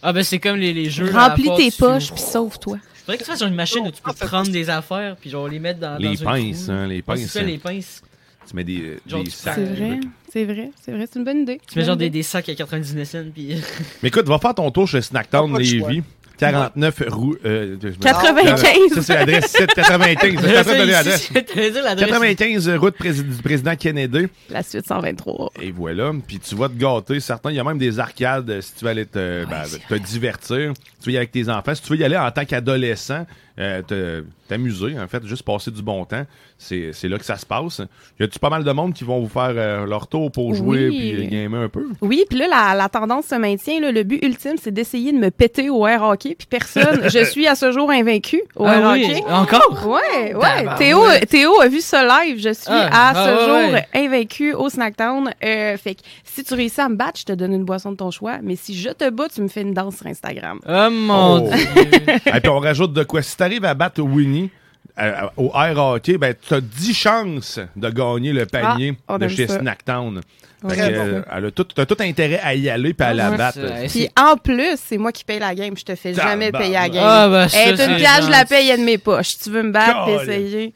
Speaker 2: Ah ben, c'est comme les, les jeux. là, à
Speaker 3: Remplis
Speaker 2: part
Speaker 3: tes
Speaker 2: tu-
Speaker 3: poches, puis sauve-toi.
Speaker 2: Faudrait que tu fasses une machine où tu peux
Speaker 4: Ah, fait-
Speaker 2: prendre des affaires puis genre les mettre Ah, dans
Speaker 1: Les
Speaker 2: dans une
Speaker 1: pinces,
Speaker 2: trou.
Speaker 1: hein, les
Speaker 2: Ouais, c'est
Speaker 1: pinces.
Speaker 2: ça, les pinces.
Speaker 1: Tu mets des, euh,
Speaker 2: Genre,
Speaker 1: des
Speaker 2: tu
Speaker 1: sacs.
Speaker 3: C'est vrai, c'est vrai, c'est vrai, c'est une bonne idée.
Speaker 2: Tu mets genre
Speaker 3: Bonne
Speaker 2: des,
Speaker 3: idée.
Speaker 2: des sacs à 99 cents puis
Speaker 1: Mais écoute, va faire ton tour chez Snacktown
Speaker 4: Pas de
Speaker 1: Lévis. 49 rue. euh, je me-
Speaker 3: 95.
Speaker 1: Ça, c'est l'adresse 795. Je suis en train de donner l'adresse.
Speaker 2: T'allais dire l'adresse.
Speaker 1: 95 route prési- du président Kennedy.
Speaker 3: La suite 123.
Speaker 1: Et voilà. Puis tu vas te gâter. Certains, il y a même des arcades euh, si tu veux aller te, ben,
Speaker 2: c'est
Speaker 1: te divertir. Si tu veux y aller avec tes enfants. Si tu veux y aller en tant qu'adolescent, euh, te- t'amuser, en fait, juste passer du bon temps. C'est c'est là que ça se passe. Y a-tu pas mal de monde qui vont vous faire euh, leur tour pour jouer
Speaker 3: Oui.
Speaker 1: puis euh, gamer un peu?
Speaker 3: Oui, puis là, la, la tendance se maintient. là. Le but ultime, c'est d'essayer de me péter au air hockey. Puis personne, je suis à ce jour invaincu au air
Speaker 2: Ah oui,
Speaker 3: hockey.
Speaker 2: Encore?
Speaker 3: Ouais, ouais.
Speaker 2: Tabarouette.
Speaker 3: Théo, Théo a vu ce live. Je suis
Speaker 2: Ah,
Speaker 3: à
Speaker 2: ah,
Speaker 3: ce
Speaker 2: ouais,
Speaker 3: jour
Speaker 2: ouais.
Speaker 3: invaincu au Snacktown. Euh, fait que si tu réussis à me battre, je te donne une boisson de ton choix. Mais si je te bats, tu me fais une danse sur Instagram.
Speaker 2: Oh mon
Speaker 1: Oh.
Speaker 2: dieu.
Speaker 1: Et puis on rajoute de quoi. Si t'arrives à battre Winnie euh, au air hockey, ben t'as 10 chances de gagner le panier
Speaker 3: Ah, on
Speaker 1: de
Speaker 3: aime
Speaker 1: chez
Speaker 3: ça.
Speaker 1: Snacktown.
Speaker 3: Ouais,
Speaker 1: Fait que,
Speaker 4: bon.
Speaker 1: euh, elle a tout, t'as tout intérêt à y aller
Speaker 3: Ah,
Speaker 1: puis à la
Speaker 2: Ouais,
Speaker 1: battre.
Speaker 2: c'est-
Speaker 3: Puis en plus, c'est moi qui paye la game. Je te fais jamais
Speaker 1: Tabarnak.
Speaker 3: payer la game.
Speaker 2: Ah, ben, ça,
Speaker 3: hey, t'as
Speaker 2: c'est
Speaker 3: une pièce, je la
Speaker 2: gentil.
Speaker 3: paye elle de mes poches. Tu veux me battre,
Speaker 1: Colin.
Speaker 3: essayer.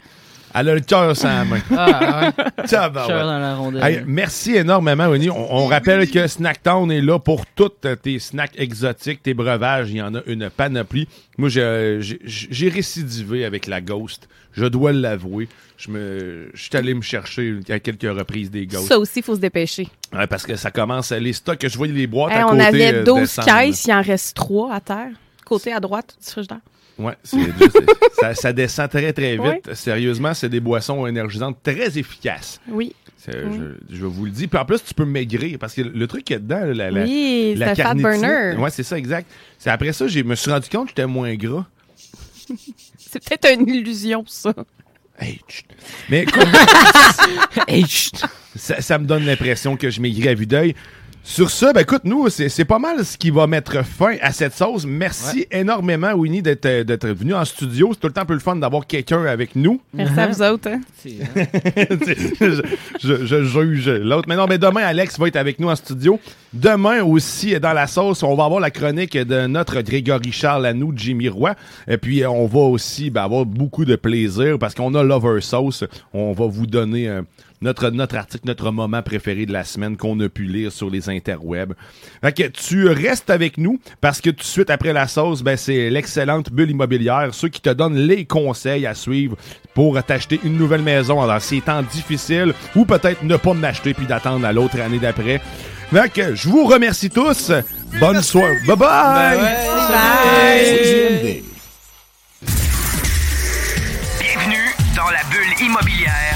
Speaker 1: Elle a le cœur sans la main.
Speaker 2: Ah, ouais.
Speaker 1: Tabarouette.
Speaker 2: Cœur dans la
Speaker 1: Hey,
Speaker 2: rondelle.
Speaker 1: merci énormément, Winnie. On, on rappelle que Snacktown est là pour toutes tes snacks exotiques, tes breuvages. Il y en a une panoplie. Moi, j'ai- j'ai j'ai récidivé avec la Ghost. Je dois l'avouer. Je me, je suis allé me chercher à quelques reprises des Ghosts.
Speaker 3: Ça aussi, il faut se dépêcher.
Speaker 1: Ouais, parce que ça commence, les stocks, je voyais les boîtes
Speaker 3: Hey,
Speaker 1: à
Speaker 3: on
Speaker 1: côté.
Speaker 3: avait
Speaker 1: euh,
Speaker 3: 12
Speaker 1: descendre.
Speaker 3: caisses, il en reste 3 à terre. Côté à droite du frigidaire.
Speaker 1: Ouais, c'est- c'est- ça, ça descend très, très vite. Sérieusement, c'est des boissons énergisantes très efficaces.
Speaker 3: Oui.
Speaker 1: C'est- Je, je vous le dis. Puis en plus, tu peux maigrir parce que le truc qu'il y a dedans, la, la,
Speaker 3: oui, c'est
Speaker 1: la
Speaker 3: un fat
Speaker 1: carnitine-
Speaker 3: burner.
Speaker 1: Ouais, c'est ça, exact. C'est après ça, je me suis rendu compte que j'étais moins gras.
Speaker 3: C'est peut-être une illusion, ça.
Speaker 1: Hey, chut. Mais écoute,
Speaker 2: Hey, chut.
Speaker 1: ça, ça me donne l'impression que je maigris à vue d'œil. Sur ce, ben écoute, nous, c'est c'est pas mal ce qui va mettre fin à cette sauce. Merci énormément, Winnie, d'être euh, d'être venu en studio. C'est tout le temps plus le fun d'avoir quelqu'un avec nous.
Speaker 3: Merci à vous autres. hein.
Speaker 2: C'est- hein.
Speaker 1: je, je- je juge l'autre. Mais non, mais demain, Alex va être avec nous en studio. Demain aussi, dans la sauce, on va avoir la chronique de notre Grégory Charles à nous, Jimmy Roy. Et puis, euh, on va aussi ben, avoir beaucoup de plaisir parce qu'on a Lover Sauce. On va vous donner euh, notre, notre article, notre moment préféré de la semaine qu'on a pu lire sur les interwebs. Fait que tu restes avec nous parce que tout de suite après la sauce, ben, c'est l'excellente bulle immobilière, ceux qui te donnent les conseils à suivre pour t'acheter une nouvelle maison dans ces temps difficiles ou peut-être ne pas m'acheter puis d'attendre à l'autre année d'après. Fait que je vous remercie tous. Bonne soirée. Bye bye!
Speaker 7: Bienvenue dans la bulle immobilière.